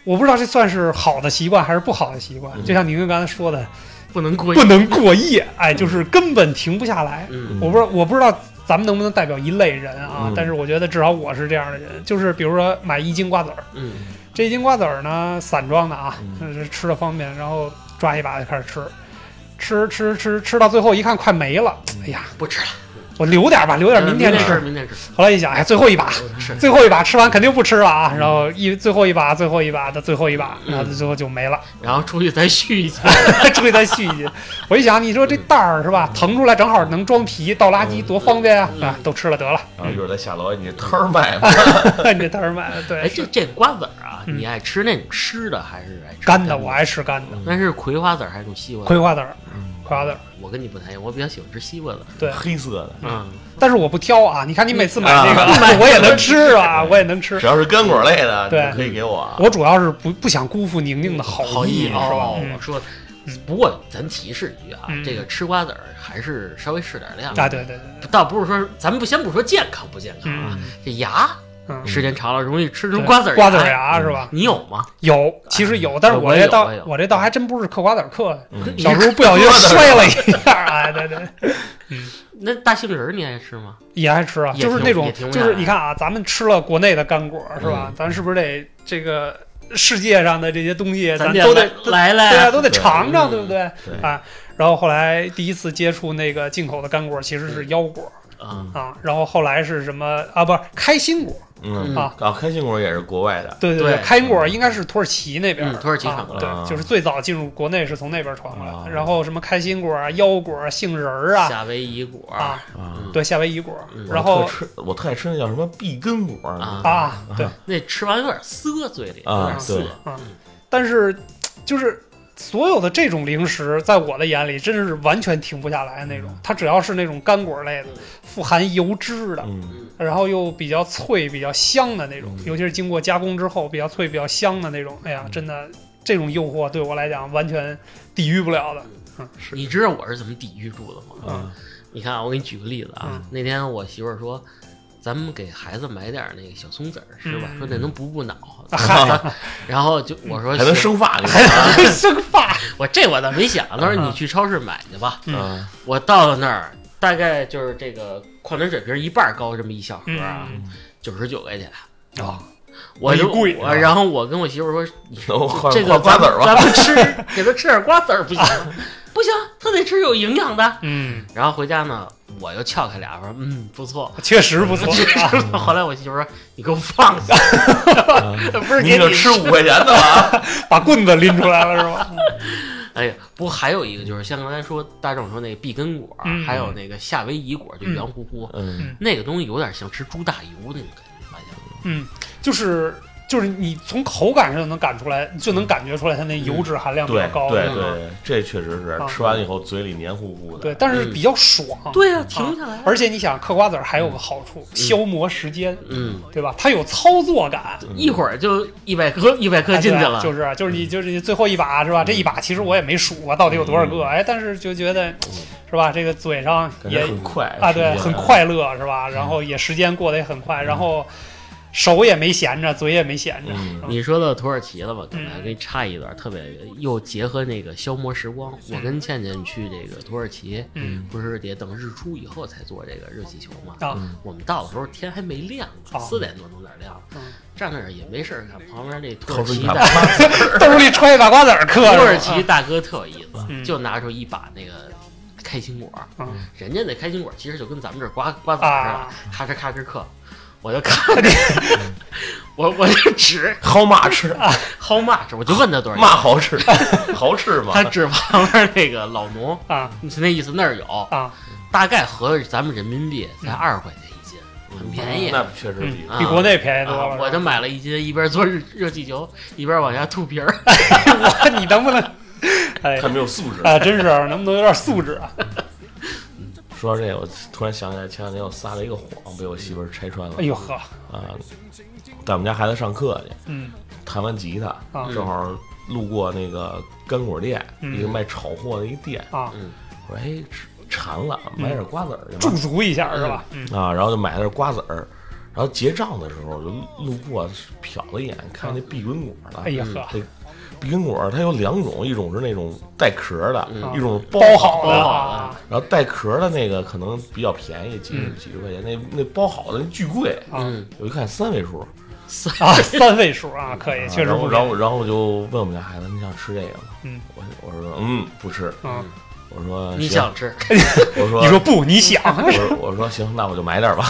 我不知道这算是好的习惯还是不好的习惯。
嗯
就像宁宁刚才说的，
不能过
不
夜。
能过夜，哎，就是根本停不下来。
嗯，
我不知道，我不知道咱们能不能代表一类人啊，
嗯
但是我觉得至少我是这样的人，就是比如说买一斤瓜子儿，
嗯，
这一斤瓜子儿呢散装的啊，
嗯
是吃的方便，然后抓一把就开始吃。吃吃吃吃到最后一看快没了，
嗯
哎呀，
不吃了，
我留点吧，嗯留点明天
明
吃。
明天吃，
后来一想，哎，最后一把，
不 吃。
最后一把吃完肯定不吃了
嗯
啊，然后一最后一把，最后一把的最后一把，然后最后就没了。
然后出去再续一下。
出去再续一斤。我一想，你说这袋儿是吧，腾出来正好能装皮，倒垃圾多方便啊！
嗯嗯嗯
啊，都吃了得 了，
然后一会儿再下楼，你这摊儿卖
啊
吗？
你这袋儿买的对，
哎，这这瓜子儿啊，
嗯
你爱吃那种湿的还是爱吃
干的我？爱吃干的，
但是葵花籽儿还是种西瓜籽
葵
儿？
花籽儿，
嗯
葵花籽儿。
我跟你不太一样，我比较喜欢吃西瓜籽儿。
对，
黑色的，
嗯，
但是我不挑啊！你看你每次买那个， 我也能吃啊，我也能吃
只。要是干果类的，你
对
就可以给我啊。
我主要是不不想辜负宁宁的好
好意
是吧
哦？。
嗯
我说，不过咱提示一句啊
嗯，
这个吃瓜子儿还是稍微适点量
啊，对对对对，
倒不是说，咱们不先不说健康不健康啊，这牙
嗯，
时间长了容易吃成
对
瓜子儿
瓜子儿牙是吧？
你有吗？
有，其实有，但是
我
这
也有
倒
我也有
我这倒还真不是嗑瓜子儿嗑的，
嗯
你
小时候不小心摔了一下，哎，对对。
那大杏仁儿你爱吃吗？
也爱吃啊，
也
就是
挺
那种
也挺，嗯
就
软
是你看啊，咱们吃了国内的干果是吧？咱是不是得这个世界上的这些东西，咱
得
都得
来 来
对啊，都得
对
尝尝，
嗯
对不对？
对
啊，然后后来第一次接触那个进口的干果其实是腰果
啊！
啊，然后后来是什么啊？不是开心果，
嗯
啊
啊，开心果也是国外的，
对对
对
开心果应该是土耳其那边，
嗯土耳其传过
啊
来啊
对，就是最早进入国内是从那边传过来的。
啊
然后什么开心果啊、腰果啊、杏仁儿啊
夏威夷果儿
啊，
啊。
对，夏威夷果
嗯，
然后
我特吃，我特爱吃那叫什么碧根果
啊
啊，对。
那吃完有点涩，嘴里有
啊
点涩
对。
但是就是所有的这种零食，在我的眼里真是完全停不下来的那
嗯
种。它只要是那种干果类的，富含油脂的，
嗯
然后又比较脆、比较香的那种，尤其是经过加工之后比较脆、比较香的那种，哎呀，真的这种诱惑对我来讲完全抵御不了的。嗯，是，
你知道我是怎么抵御住的吗？
嗯
你看啊，我给你举个例子啊
嗯，
那天我媳妇儿说。咱们给孩子买点儿那个小松子儿，是吧？
嗯
说那能补补 脑，
嗨
然后就我说
还能
行
生发呢。
生发，
我这我倒没想，他说
嗯
你去超市买去吧。
嗯
啊
我到了那儿，大概就是这个矿泉水瓶一半高这么一小盒啊，
嗯
九十九块钱。
啊，
我就
没贵
我然后我跟我媳妇说，你
那我换
这个
换瓜子儿吧
咱们 咱们吃给他吃点瓜子儿不行 吗？不行，他得吃有营养的。
嗯，
然后回家呢，我又撬开俩，我说嗯 不错。
确实 不错啊。
后来我媳妇说：“你给我放下，
啊
不 是
你
给
可
你
吃五块钱 的了。
把棍子拎出来了是吧？
哎呀，不过还有一个就是像刚才说大壮说那个碧根果，
嗯
还有那个夏威夷果，就圆乎乎，
嗯
那个东西有点像吃猪大油那种感觉，发现了吗
嗯，就是就是你从口感上能感出来，就能感觉出来它那油脂含量比较
对
高。
对
是吗
对，这确实是
啊
吃完以后嘴里黏糊糊的。
对，但是
嗯
比较爽。
对
嗯
呀、停不下来。啊
而且你想嗑瓜子儿还有个好处，消磨时间，
嗯，
对吧？它有操作感。
嗯
一会儿就一百颗 一百颗
哎
进去
对
了，嗯
就是就是你就是你最后一把是吧？这一把其实我也没数啊，到底有多少个？哎，但是就觉
嗯
得是吧？这个嘴上
感
也
觉很快
啊，对，
时间
嗯
很快乐是吧？然后也时间过得也很快，然后手也没闲着，嘴也没闲着。
嗯
你说到土耳其了吧？刚才
啊嗯
给你插一段，特别又结合那个消磨时光。我跟倩倩去这个土耳其，
嗯
不是得等日出以后才坐这个热气球吗？
啊，
我们到的时候天还没亮呢，
哦
四点多钟点亮，
嗯
站那儿也没事儿干，旁边那土
掏
耳
出一
其
把
大
瓜子儿，
兜里揣一把瓜子儿嗑
嗯
着。
土耳其大哥特有意思，
嗯
就拿出一把那个开心果，
嗯
人家那开心果其实就跟咱们这瓜瓜子儿似
啊
的，咔哧咔哧嗑。我就看 着，我我就指
好骂吃，
啊
薅骂着，我就问他多少钱，
骂好吃， 好吃嘛嗯
他。指旁边那个老农，
啊
那意思那儿有，
啊，
大概合着咱们人民币才二十块钱一斤，很便宜。
那确实
嗯
比
啊
比国内便宜多
啊
了。
我就买了一斤，一边做热热 气球，一边往下吐皮儿。
啊我 你能不 能？哎
他没有素质。
啊，真是能不能有点素质啊？
说到这个，我突然想起来，前两天我撒了一个谎，被我媳妇儿拆穿了
哎呦呵，
啊！带我们家孩子上课去，
嗯
弹完吉他，
啊
正好路过那个干果店，
嗯
一个卖炒货的一店，
啊，
嗯
嗯
我说哎，吃馋了，买点瓜子儿去
驻
吧、
足一下是吧？嗯
啊，然后就买了点瓜子儿。然后结账的时候，我就路过瞟了一眼，看那碧根果了。
哎呀呵
这碧根果它有两种，一种是那种带壳的，
嗯
一种是
包好
的。
了
包好
啊
然后带壳的那个可能比较便宜，几十、几十块钱。那那包好的那巨贵，
嗯啊
嗯
我一看三位数，
啊，三位数啊，可以，确实
然
不
后然
便宜
后然后我就问我们家孩子，你想吃这个吗？
嗯，
我我说嗯不吃。
啊。
我说
你
嗯行
想 吃？
我说
嗯你说不？你想
我说 我说行，那我就买点吧。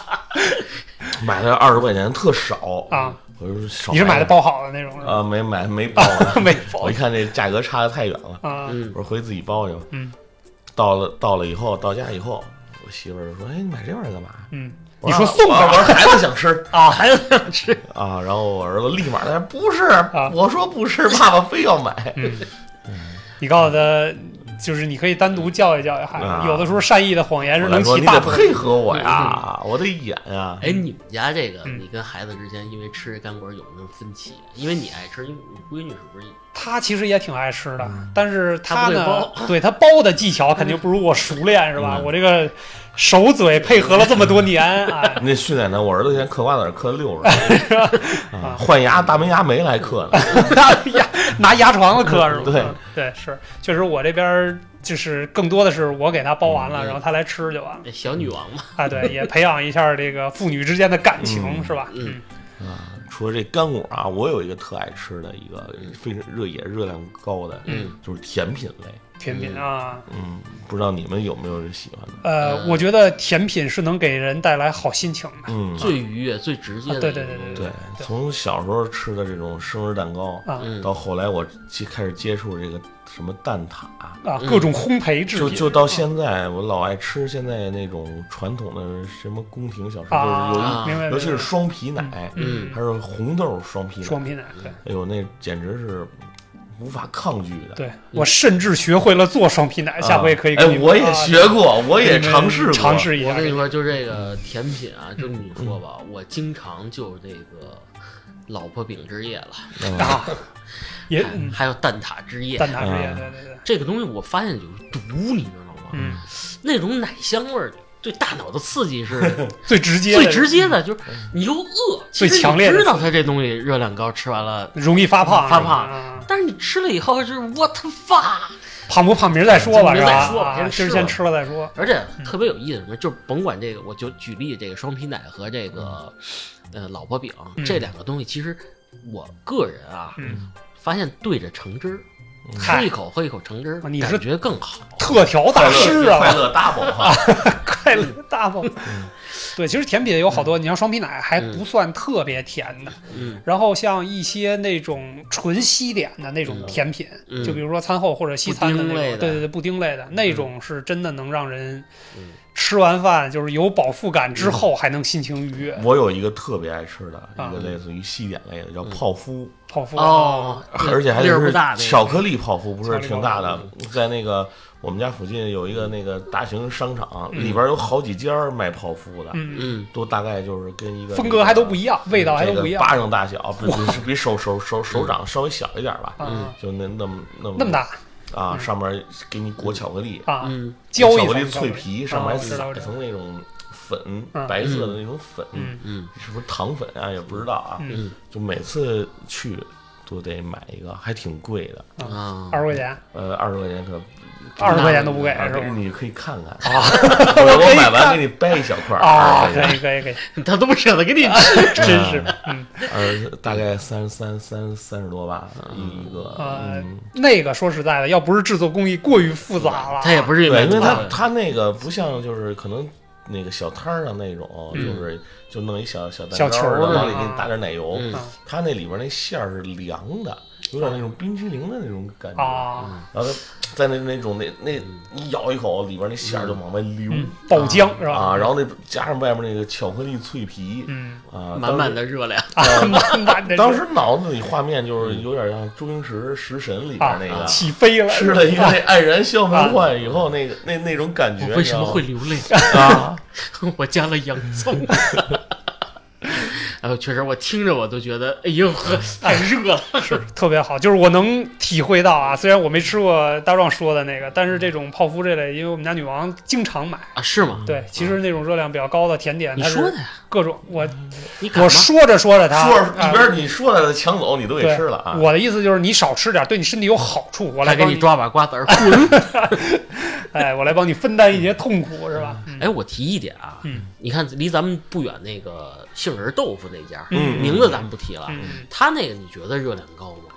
买了二十块钱，特少
啊！
我就说少
你是买的
点
包好的那种是吧？
啊？没买没包，
没包
我一看这价格差的太远了，
啊
我说回自己包去吧。
嗯，
到了到了以后，到家以后，我媳妇儿就说：“哎，你买这玩意儿干嘛
嗯，？”
我
你说送
我
的
我说孩子想吃
啊
还想吃？
啊，然后我儿子立马在那不是
啊，
我说不是，爸爸非要买。
嗯，你告诉他，就是你可以单独教育教育孩
啊
子，有的时候善意的谎言是
我来
能
说
起
你
大
得
作
配
用。
合我呀，我得演呀。
哎，你们家这个，
嗯
你跟孩子之间因为吃干果有没有分歧？啊因为你爱吃，因为你闺女是不是？
他其实也挺爱吃的，
嗯
但是
他
他
不会
呢，对他包的技巧肯定不如我熟练，是吧？
嗯
我这个手嘴配合了这么多年， 哎，
那训练呢？我儿子现在嗑瓜子儿嗑六十，啊，换牙大门牙没来嗑呢。
拿 牙拿牙床子磕是吧？
对
嗯对，是，确实我这边儿就是更多的是我给他包完了，
嗯
然后他来吃就完了。
那小女王嘛，
啊，对，也培养一下这个父女之间的感情，
嗯
是吧？
嗯，
除了这干果啊，我有一个特爱吃的一个非常热也热量高的，
嗯，
就是甜品类。
甜品啊，
嗯，不知道你们有没有人喜欢的？
呃，
嗯
我觉得甜品是能给人带来好心情的。
嗯，
最愉悦、最直接的
啊
一
对
个
对对
东西。
对，从小时候吃的这种生日蛋糕，
啊
嗯，
到后来我接开始接触这个什么蛋挞，
啊，
嗯
各种烘焙制
就
品
就到现在，我老爱吃现在那种传统的什么宫廷小吃，就是有一
啊，明白，
尤其是
明白
双皮奶，
嗯
还是红豆双皮奶，
双皮奶，对
哎呦，那简直是无法抗拒的。
对，我甚至学会了做双皮奶，
啊，
下回可以
哎
给你，们。
我也
啊
学过，我
给
也
你们
尝试过，
尝试一
我
下
跟。你说，就这个甜品啊，这么你说吧，
嗯
我经常就这个老婆饼之夜了，
嗯
啊，也嗯
还有蛋挞之夜。
蛋挞之夜，
嗯
对对对，
这个东西我发现有毒，你知道吗？
嗯，
那种奶香味儿对大脑的刺 激是
最直接，
最直，接的，就是你又饿，
嗯最
其实你
强烈的
知道它这东西热量高，吃完了，
容易发胖，
发
是吧
胖
啊
但是你吃了以后就是 what the fuck，
胖不胖明儿再说吧，
明
是
儿
吧？
再说吧
啊
先吃
今儿先
吧
吃了再说。
而且特别有意思什么，就甭管这个，我就举例这个双皮奶和这个呃老婆饼
嗯
这两个东西，其实我个人啊
嗯，
发现对着橙汁儿。
嗨
喝一口，喝一口橙汁儿，
啊你是
感觉更好。
特调
快
大师
乐
啊，
快乐 double 哈，
快乐大方。
嗯
对，其实甜品有好多，你像双皮奶还不算特别甜的，
嗯
然后像一些那种纯西点的那种甜品，
嗯
就比如说餐后或者西餐的那种，
布丁类的
对对对，布丁类的那种是真的能让人
嗯
吃完饭就是有饱腹感之后还能心情愉
嗯
悦，
我有一个特别爱吃的，
啊嗯
一个类似于西点类的，叫泡芙，
泡芙
哦，
而且还
粒儿不
是
大那个
巧克力泡芙，不
巧
是
克力
挺大的，在那个我们家附近有一个那个大型商场，里边有好几家儿卖泡芙的，
嗯，
嗯，
都大概就是跟一个
风格还都不一样，味道还都
这
不
个
一样
巴掌大小，不是比手手手手掌稍微小一点吧，
啊，
就那那么那么
那么大嗯
啊，上面给你裹巧克力，
啊，
嗯，
浇一
巧克
层
力脆皮，上面
啊
还
我知道
撒
我
一
知道
层那种粉
嗯，
白色的那种粉，
嗯
嗯，
是不是糖粉啊？也不知道啊。
嗯
就每次去都得买一个，还挺贵的，
啊，
二十块钱，
呃，二十块钱可
嗯二十块钱都不给
啊
是吧？
你可以看看啊， 我 我买完给你掰一小嗯块儿
啊，
对
可以可以可以，
他都不舍得给你
真是，嗯
呃，大概三十三、三三十多吧，一一个。
呃
嗯，，
那个说实在的，要不是制作工艺过于复杂了，
他也不是
对，
一买
因为
它
它它那个不像就是可能那个小摊儿上那种，就是就弄一小小蛋
嗯
糕
小球儿
然后往里
的
给你
啊
打点奶油
嗯，
它那里边那馅儿是凉的，有点那种冰淇淋的那种感觉。
啊，
然后它在那那种那那一咬一口，里边那馅儿就往外流
嗯，爆浆是吧？
啊，然后那加上外面那个巧克力脆皮
嗯，
啊，
满满
的。
的热量，
啊满满的
当时脑子里画面就是有点像周星驰《食神》里边那个
啊，起飞了，
吃了一个那黯然销
啊
魂饭以后，那个那那种感觉，
我为什么会
你
流泪？
知道吗啊？
我加了洋 葱。哎呦，确实，我听着我都觉得，哎呦
嗯
呵，太热了。
是特别好，就是我能体会到啊。虽然我没吃过大壮说的那个，但是这种泡芙这类，因为我们家女王经常买。
啊，是
嗯
吗？
对，其实那种热量比较高的甜点，
你
它是
说的呀，
各种我
你敢
我
吗？
说着说着它
说着
啊
一边你说的抢走，你都给
对
吃了啊！
我的意思就是你少吃点，对你身体有好处。我来
还给
帮
你，抓把瓜 子儿
嗯
滚！
哎，我来帮你分担一些痛苦，是吧？嗯
哎，我提一点啊，
嗯
你看离咱们不远那个杏仁豆腐那家，
嗯
名字咱们不提了，
嗯，
他那个你觉得热量高吗？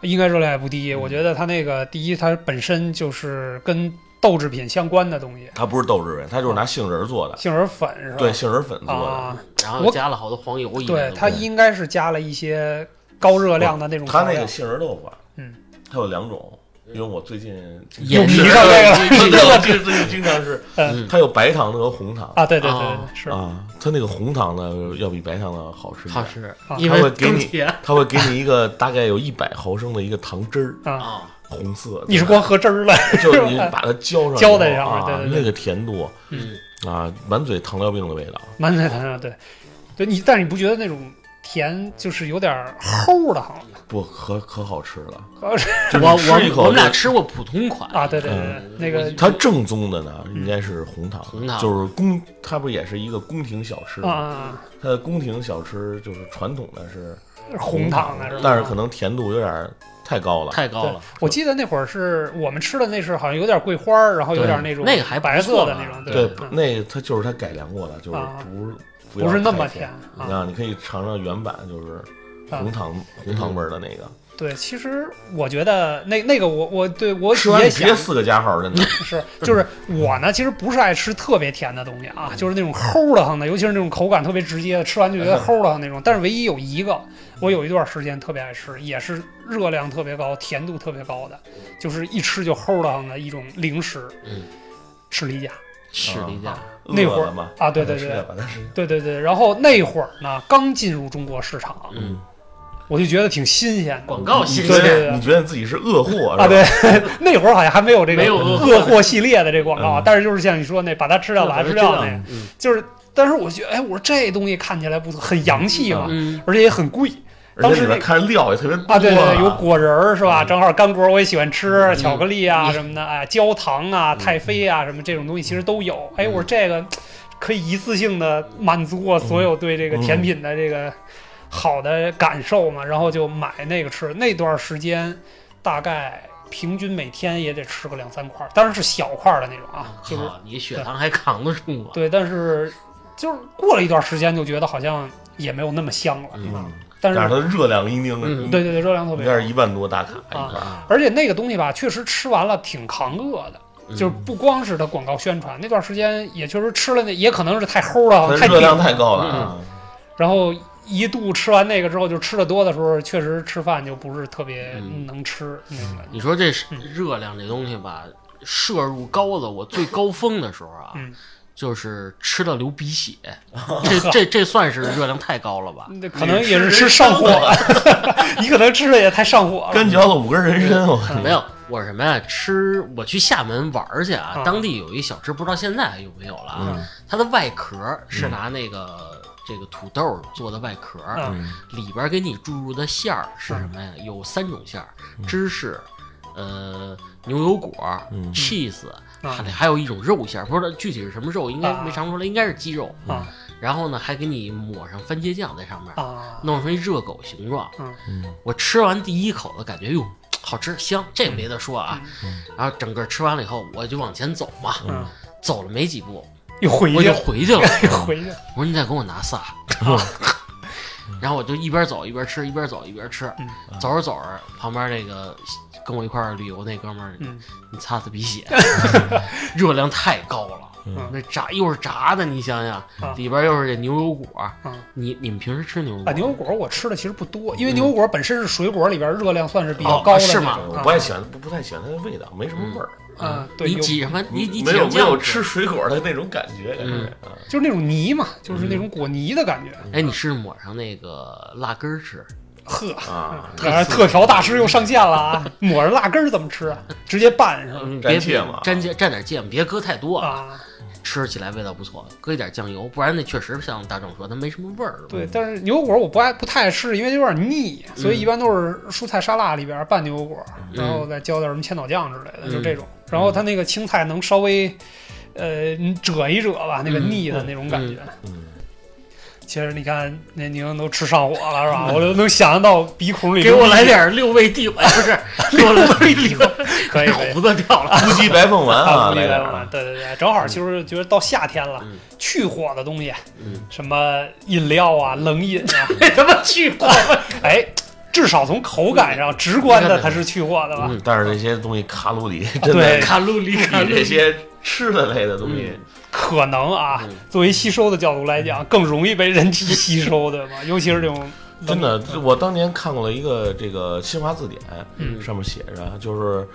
应该热量也不
嗯
低。我觉得它那个第一，它本身就是跟豆制品相关的东西，
它不是豆制品，它就是拿杏仁做的，
杏仁粉是吧？
对，杏仁粉做的。
啊，
然后
我
加了好多黄油一类的
对，它
东西，
应该是加了一些高热量的那种
它
调料。
那个杏仁豆腐，啊
嗯，
它有两种，因为我最近
也
有迷
是
上这
对，
对
我最近经常是，
嗯
它有白糖的和红糖
啊，对对对，
啊
是
啊，它那个红糖的要比白糖的好吃一点，
好吃
啊，
因
它会
为
给
更
你
甜，
它会给你一个大概有一百毫升的一个糖汁儿，
啊。
啊。
红色的。
你是光喝汁儿了，
就是你把它浇上以后，
浇在上面
啊
对对对
那个甜度
嗯，
啊，满嘴糖尿病的味道。
满嘴糖啊，对，对你，但是你不觉得那种甜就是有点儿齁的慌吗？
不，可可好吃了。
呃是
嗯就是你
我
吃一
我
口
我们俩
就嗯
吃过普通款
啊，对对对，对那个
它正宗的呢，应该是红糖，
红糖
就是宫，它不也是一个宫廷小吃
啊
吗？
啊，
它的宫廷小吃就是传统的是
啊红糖的是吧？
嗯但是可能甜度有点太高了。
太高
对
了，，
我记得那会儿是我们吃的那是好像有点桂花儿，然后有点那种
那个还不
白色
错啊
的
呢
那种，
对，
嗯
那它就是它改良过的，就是
啊
不是
不是那么
甜啊嗯
甜。啊。
啊，你可以尝尝原版，就是红糖红糖味儿的那个。
对，其实我觉得那那个我我对我
吃完
也
别
想
四个加号，真的。
是，就是我呢，其实不是爱吃特别甜的东西啊，就是那种齁的很的，尤其是那种口感特别直接的，吃完就觉得齁的很那种。但是唯一有一个，我有一段时间特别爱吃，也是热量特别高、甜度特别高的，就是一吃就齁的很的一种零食，
嗯，
士力架。
士力架
啊那会儿
饿了嘛
啊对对
把它吃
对
掉把它吃掉
对对对，然后那会儿呢，刚进入中国市场，
嗯，
我就觉得挺新鲜的。
广告新
你
对
觉
对
鲜，
对
得你觉得自己是恶货是吧
啊，对， 那会儿好像还没有这个
没有恶货
恶货系列的这广告啊
嗯，
但是就是像你说那把它吃掉，把它吃掉那个，
嗯
就是，但是我觉得，哎，我说这东西看起来不错，很洋气嘛，
嗯，
而且也很贵
而
当
且
时
里
那
面看料也特别多
啊。对对，有
啊
果仁儿是吧？正好干果我也喜欢吃，
嗯
巧克力啊
嗯
什么的，哎，焦糖啊、太妃啊什么这种东西其实都有。哎，我说这个可以一次性的满足我所有对这个甜品的这个好的感受嘛，然后就买那个吃。那段时间大概。平均每天也得吃个两三块儿，当然是小块儿的那种啊，就是
好，你血糖还扛得住吗？啊
对，但是就是过了一段时间，就觉得好像也没有那么香了。
嗯
啊
嗯，
但
但
是
是它热量一定
嗯
对对对，热量特
应
别
该
高
是，一万多大卡一块儿。
啊，
而且那个东西吧，确实吃完了挺扛饿的。就是不光是它广告宣传那段时间，也确实吃了那，也可能是太齁
它
了，太
热量
顶，
太高了啊！
然后一度吃完那个之后，就吃的多的时候，确实吃饭就不是特别
嗯
能吃那种感觉。
你说这
嗯
是热量这东西吧，摄入高了，我最高峰的时候啊，
嗯
就是吃到流 鼻血，这这这算是热量太高了吧？
那可能也是吃上火， 你可能吃的也太上火了
干嚼了五根人参，我
没有，我是什么呀？吃我去厦门玩儿去啊
啊，
嗯
当地有一小吃，不知道现在还有没有了啊。
嗯
它的外壳是拿那
嗯
个这个土豆做的外壳，
啊！
嗯
里边给你注入的馅儿是什么呀？有三种馅儿：芝士、呃牛油果、
嗯嗯
cheese，还
嗯
得还有一种肉馅儿，不知道具体是什么肉，应该
啊
没尝出来，应该是鸡肉。
啊
然后呢，还给你抹上番茄酱在上面，
啊，
弄成一热狗形状。
嗯
嗯
我吃完第一口的感觉，哟，好吃香，这没得说啊。然后整个吃完了以后，我就往前走嘛，
嗯，
走了没几步，
又回
我
去
就嗯
了，
回去 了。
又回嗯去了，
我说你再给我拿仨。 然后我就一边走一边吃，一边走一边吃。
嗯
走着走着，旁边那个跟我一块儿旅游那哥们儿，
嗯
你擦擦 鼻血，热量太高了。
嗯
那炸又是炸的，你想想，
啊
里边又是这牛油果。
嗯
你你们平时吃牛油
啊，
果吗？
牛油果我吃的其实不多，因为牛油果本身是水果里边热量算是比较
哦
高的那
是
种，
吗
我不爱喜欢，不不太喜欢它的味道，没什么味儿，
啊啊，对，
你
有
挤什么？嗯你你挤
没有
上
没有
酱
吃水果的那种感觉，感
嗯
觉啊
就是那种泥嘛，就是那种果泥的感觉，
哎，你试试抹上那个辣根儿吃，
呵。
啊，
啊特调大师又上线了啊！抹着辣根儿怎么吃啊？直接拌上
嗯，
蘸
别
芥末啊
蘸芥蘸点芥末，别搁太多，
啊！
吃起来味道不错。搁一点酱油，不然那确实像大壮说，它没什么味儿。
对，但是牛油果我不爱不太爱吃，因为有点腻，
嗯
所以一般都是蔬菜沙拉里边拌牛油果，然后再浇点什么千岛酱之类的，
嗯
就这种。然后它那个青菜能稍微呃褶一褶吧，那个
嗯
腻的那种感觉。
嗯，
其实你看，那宁都吃上火了是吧？我就能想象到鼻孔里
给我来点六味地，哎，不是六味地瓜，
可以可以
胡子掉 了。
乌鸡白凤丸啊，
对
来点
对
儿，
对对对，正好其实觉得到夏天了
嗯，
去火的东西，
嗯
什么饮料啊、冷饮啊，
他妈去过，
哎，至少从口感上直观的它是去火的吧？
嗯
但是这些东西卡路里真的
对
哎卡路里卡
比
路
这
里。
些吃的类的东西，
可能啊
嗯，
作为吸收的角度来讲，更容易被人体吸收，对吧？尤其是这种冷
真的，我当年看过了一个这个新华字典，
嗯
上面写着，就是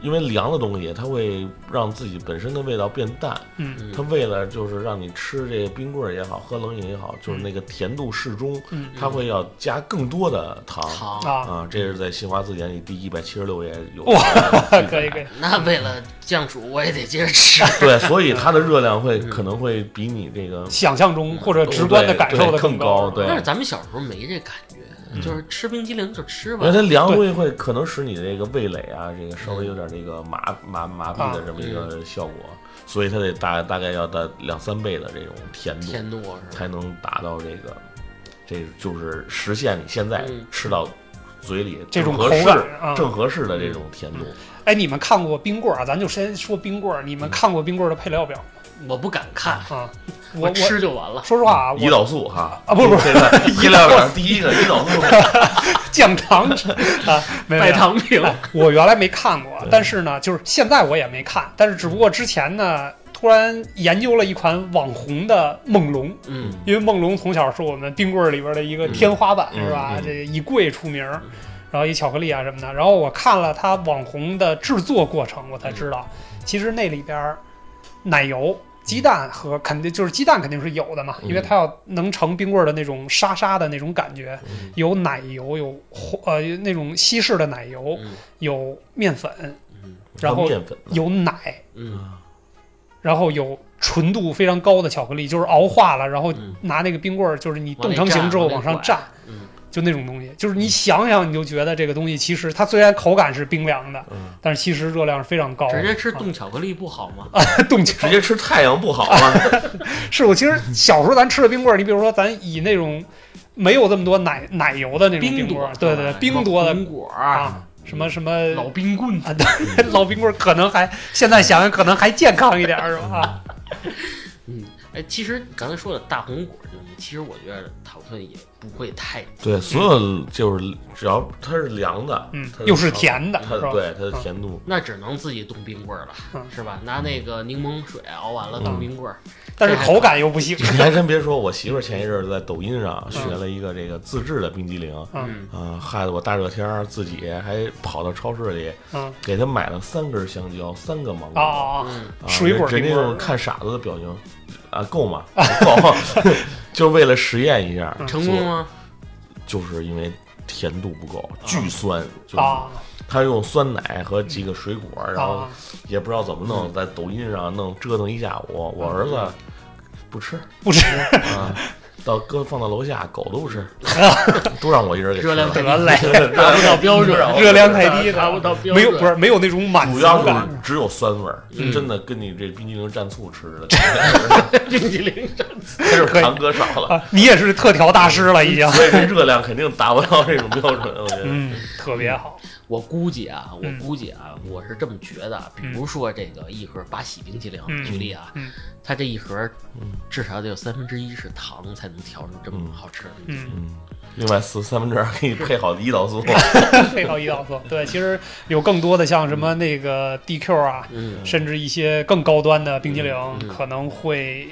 因为凉的东西，它会让自己本身的味道变淡。
嗯
它为了就是让你吃这个冰棍儿也好，喝冷饮也好，就是那个甜度适中，
嗯
它会要加更多的糖。
好，
啊，
啊，这是在新华字典里第一百七十六页有。
哇可以可以，
哎那为了酱薯，我也得接着吃。
对，所以它的热量会可能会比你这个
想象中或者直观的感受的
对更
高，
对
但是咱们小时候没这感觉，就是吃冰激凌就吃吧
因为。它凉的东西会可能使你这个味蕾啊，这个稍微有点这个麻麻麻痹的这么一个效果，所以它得大大概要到两三倍的这种甜度，
天怒是吧？
才能达到这个，这就是实现你现在
嗯
吃到嘴里
这种
正合
口感
适
啊
正合适的这种甜度。
哎，你们看过冰棍儿啊？咱就先说冰棍儿，你们看过冰棍儿的配料表吗？
我不敢看，
啊，我
我
我
吃就完了。
说实话啊，我
胰岛素哈
啊不是不是
这个 医疗点第一个胰岛素，
降糖啊，没有没
白
有。
糖饼，
我原来没看过，但是呢，就是现在我也没看，但是只不过之前呢，突然研究了一款网红的梦龙，
嗯，
因为梦龙从小是我们冰棍儿里边的一个天花板，
嗯
是吧？
嗯嗯
这以贵出名儿，然后以巧克力啊什么的。然后我看了它网红的制作过程，我才知道，
嗯
其实那里边儿奶油。鸡蛋和肯定就是鸡蛋肯定是有的嘛，
嗯
因为它要能成冰棍儿的那种沙沙的那种感觉，
嗯
有奶油，有红呃那种西式的奶油，
嗯
有面粉，
嗯
然后
面粉呢
有奶，
嗯
然后有纯度非常高的巧克力，就是熬化了，然后
嗯
拿那个冰棍儿，就是你
往
冻
里
成型之后
炸
往上
往里
蘸，
嗯
就那种东西，就是你想想你就觉得这个东西其实它虽然口感是冰凉的，
嗯
但是其实热量是非常高的。
直接吃冻巧克力不好吗？
冻
直
起来。
接吃太阳不好吗？
是我其实小时候咱吃的冰棍儿，你比如说咱以那种没有这么多奶奶油的那种冰棍
果
儿，，对对，冰多的
啊冰果儿，
啊，什么什么
老冰棍，
啊，对， 老冰棍儿可能还现在想想可能还健康一点儿是吧？啊
嗯，哎，其实你刚才说的大红果这东西，其实我觉得糖分也不会太低。
对，所有就是只要它是凉的，
嗯
它，的
又是
糖
甜的，
它
是
的
吧？
对它的甜度，
那只能自己冻冰棍儿了，
嗯
是吧？拿那个柠檬水熬完了冻冰棍儿，
但是口感又不行。
你还真别说，我媳妇儿前一阵儿在抖音上学了一个这个自制的冰激凌，
嗯
嗯
啊，害得我大热天儿自己还跑到超市里
嗯，
给她买了三根香蕉，三个芒
啊
果，
啊啊！
嗯，
啊
水果
人
冰
人那
棍儿
种看傻子的表情，啊，够吗？不够，就为了实验一
嗯
下，
嗯成功吗？
就是因为甜度不够，
嗯
巨酸，就是
啊
他用酸奶和几个水果，然后
啊！
也不知道怎么
嗯
弄， 在抖音上弄折腾一下午，我儿子不吃
不吃
啊，到搁放到楼下，狗都不吃，都让我一人给吃
热
了
量太低，
得嘞
达不到标准，
嗯
啊
热量太低的
达不到标准，
没有不是没有那种满
主
足
要是
感，
只有酸味儿，
嗯
真的跟你这冰激凌蘸醋吃 的，它
冰激凌蘸醋，
就是糖搁少了，
啊，你也是特调大师了已经，
所以这热量肯定达不到这种标准。我觉
哎
得，
嗯，特别好，
我估计啊，我
嗯
估计啊，我是这么觉得。啊比如说这个一盒八喜冰淇淋，
嗯
举例啊，
嗯
它这一盒
嗯
至少得有三分之一是糖才能调成这么好吃的冰激凌。
嗯。
嗯，另外四三分之二给你配好的胰岛素，
哎
嗯
配套胰岛素。对，其实有更多的像什么那个 DQ 啊，
嗯，
甚至一些更高端的冰激凌
嗯
可能会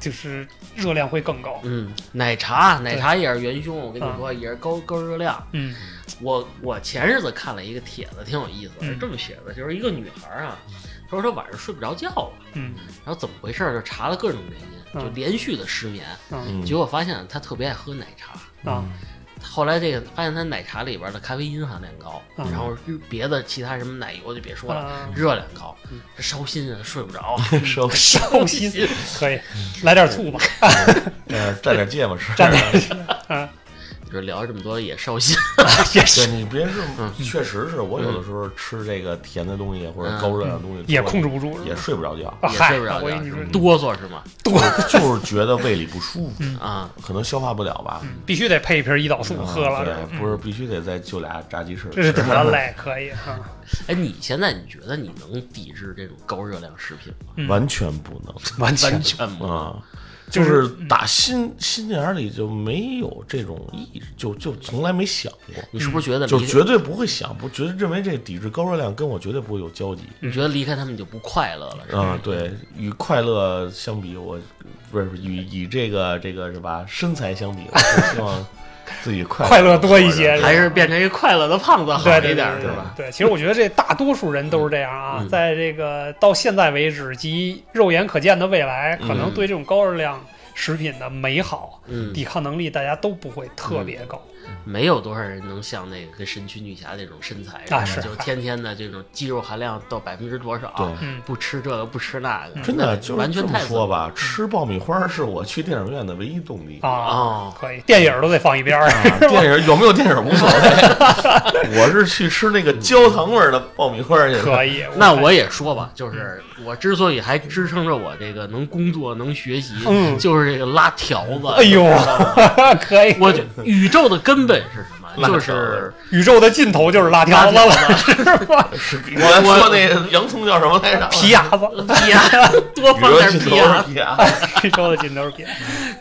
就是热量会更高。
嗯，奶茶奶茶也是元凶，我跟你说也是高高热量。
嗯
我我前日子看了一个帖子，挺有意思，
嗯
是这么写的，就是一个女孩啊，她说她晚上睡不着觉了，
嗯
然后怎么回事儿就查了各种原因，
嗯
就连续的失眠，
嗯
嗯
结果发现她特别爱喝奶茶。
啊
后来这个发现它奶茶里边的咖啡因含量高，
嗯
然后别的其他什么奶油就
嗯
别说了，
啊，
热量高
嗯，
这烧心啊，睡不 着，
烧
烧心
嗯
可以来点醋吧，
呃蘸点芥末吃。
蘸点。嗯，
就是聊了这么多也烧 心，
也
对
是
你别是
嗯，
确实是我有的时候吃这个甜的东西或者高热量的东西，
嗯也控制不住，
也睡不着觉，
啊
也
嗨
睡不着
我
觉
跟你说，
哆嗦是吗？
多
就是觉得胃里不舒服，
嗯
啊，
可能消化不了吧。
必须得配一瓶胰岛素
嗯
喝了，
对，不是必须得再就俩炸鸡翅，
这是得嘞，可以啊。
哎，你现在你觉得你能抵制这种高热量食品吗？
嗯
完全 不能。
完
完全不能。
啊，就
就是嗯
是打心心眼儿里就没有这种意识，就就从来没想过，
嗯
你是不是觉得
就
离
绝对不会想，不绝对认为这抵制高热量跟我绝对不会有交集。
你觉得离开他们就不快乐了？是吧
嗯，对，与快乐相比，我不是与以这个这个是吧身材相比，我是希望自己快
快乐多一些
活着
还是变成一个快乐的胖子好
对
一
对
点
对
儿，
对
是吧？
对，其实我觉得这大多数人都是这样啊，
嗯
在这个到现在为止及肉眼可见的未来，可能对这种高热量食品的美好、
嗯，
抵抗能力，大家都不会特别高。
没有多少人能像那个跟神奇女侠那种身材
啊
似的
是
就天天的这种肌肉含量到百分之多少，
对
嗯
不吃这个不吃那个，
真
那
的就是
完全
这么
太嗯
说吧，吃爆米花是我去电影院的唯一动力。
自
啊，
哦，
可以，电影都得放一 边儿。
啊电影有没有电影无所谓，我是去吃那个焦糖味儿的爆米花去。
可以，
那我也说吧，就是我之所以还支撑着我这个能工作能学习，
嗯
就是这个拉条子。
哎 呦，可以，
我就宇宙的根本是什么？
拉条
就
子
是
宇宙的尽头就是辣条子了，是吧？
是我说那个洋葱叫什么来着？
皮牙 子，
皮呀，多
宇
放
宙
点
尽头
皮呀
是。皮牙，
宇宙的尽头是皮。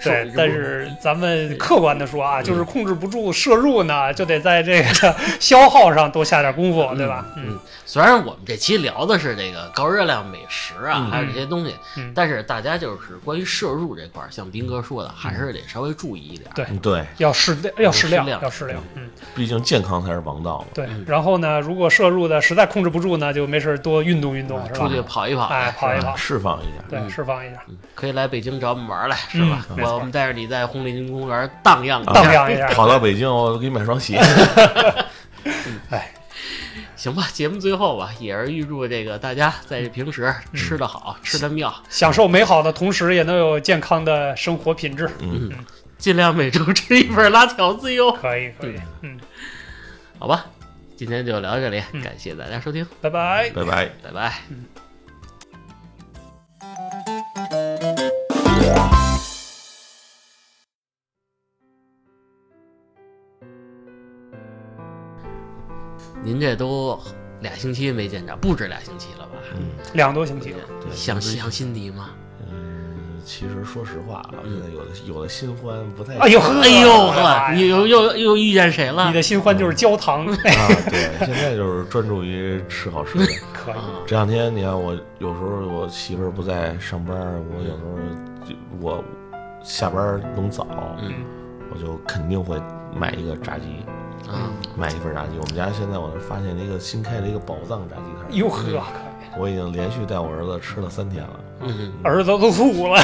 对，但是咱们客观的说
嗯
啊，就是控制不住摄入呢，就得在这个消耗上多下点功夫，对吧？嗯
嗯，虽然我们这期聊的是这个高热量美食啊，还有这些东西
嗯，
但是大家就是关于摄入这块儿，像斌哥说的，还是得稍微注意一点。
对
嗯对，
要适量，要适量，
适量
要适量。嗯，
毕竟健康才是王道嘛。
对
嗯。
然后呢，如果摄入的实在控制不住呢，就没事儿多运动运动，是吧
出？去跑一跑，
哎，啊跑一嗯跑，
嗯释放一下，
对，释放一下，
可以来北京找我们玩儿来，是吧？
嗯没错啊
我们带着你在红领巾公园荡漾一
荡
下，
漾一下。
啊跑到北京，我给你买双鞋。
哎，
行吧？节目最后吧，也是预祝这个大家在平时
嗯
吃得好，吃得妙，
享受美好的同时，也能有健康的生活品质。
尽量每周吃一份拉条子哟，
可以，可以。嗯，
好吧？今天就聊到这里，
嗯
感谢大家收听，
拜拜。
拜拜。
拜拜。您这都俩星期没见着，不止俩星期了吧？
嗯，
两个多星期了，
对
想
就是
想辛迪吗？
嗯，其实说实话啊，现在有的有的新欢不太。啊
哎呦呵
哎呦
哎呀
呵，你又又又遇见谁了
你？的新欢就是焦糖，哎
啊，对，现在就是专注于吃好吃的。
可以。
啊，
这两天你看我，有时候我媳妇儿不在上班，我有时候就我下班能早，
嗯
我就肯定会买一个炸鸡，
啊，
买一份炸鸡。我们家现在我是发现了一个新开了一个宝藏炸鸡摊，
哟呵，可以。
我已经连续带我儿子吃了三天了，
嗯，
儿子都吐了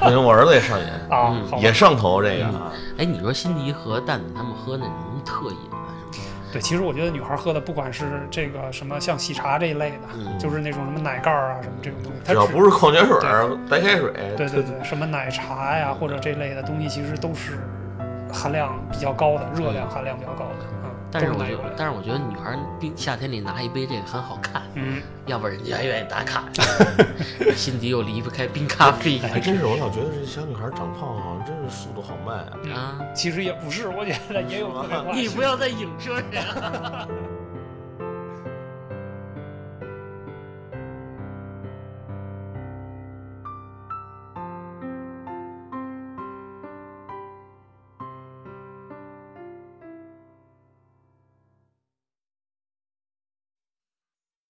不行，我儿子也上瘾，
啊！好吧嗯
也上头这个啊。
哎，你说辛迪和蛋蛋他们喝那种特饮啊什么的，
对，其实我觉得女孩喝的，不管是这个什么像喜茶这一类的，
嗯
就是那种什么奶盖儿啊什么这种东西，它
只要不是矿泉水儿、白开水，
对对对，什么奶茶呀或者这类的东西，其实都是含量比较高的，热量含量比较高的，嗯，
但是
都
我
奶
觉
油
得
类，
但是我觉得女孩儿冰夏天里拿一杯这个很好看，
嗯，
要不然人家还愿意打卡，心底又离不开冰咖啡
还哎真是，我老觉得这小女孩长胖好像真是速度好慢啊。
啊！
其实也不是，我觉得也有特别快。
你不要再影射人。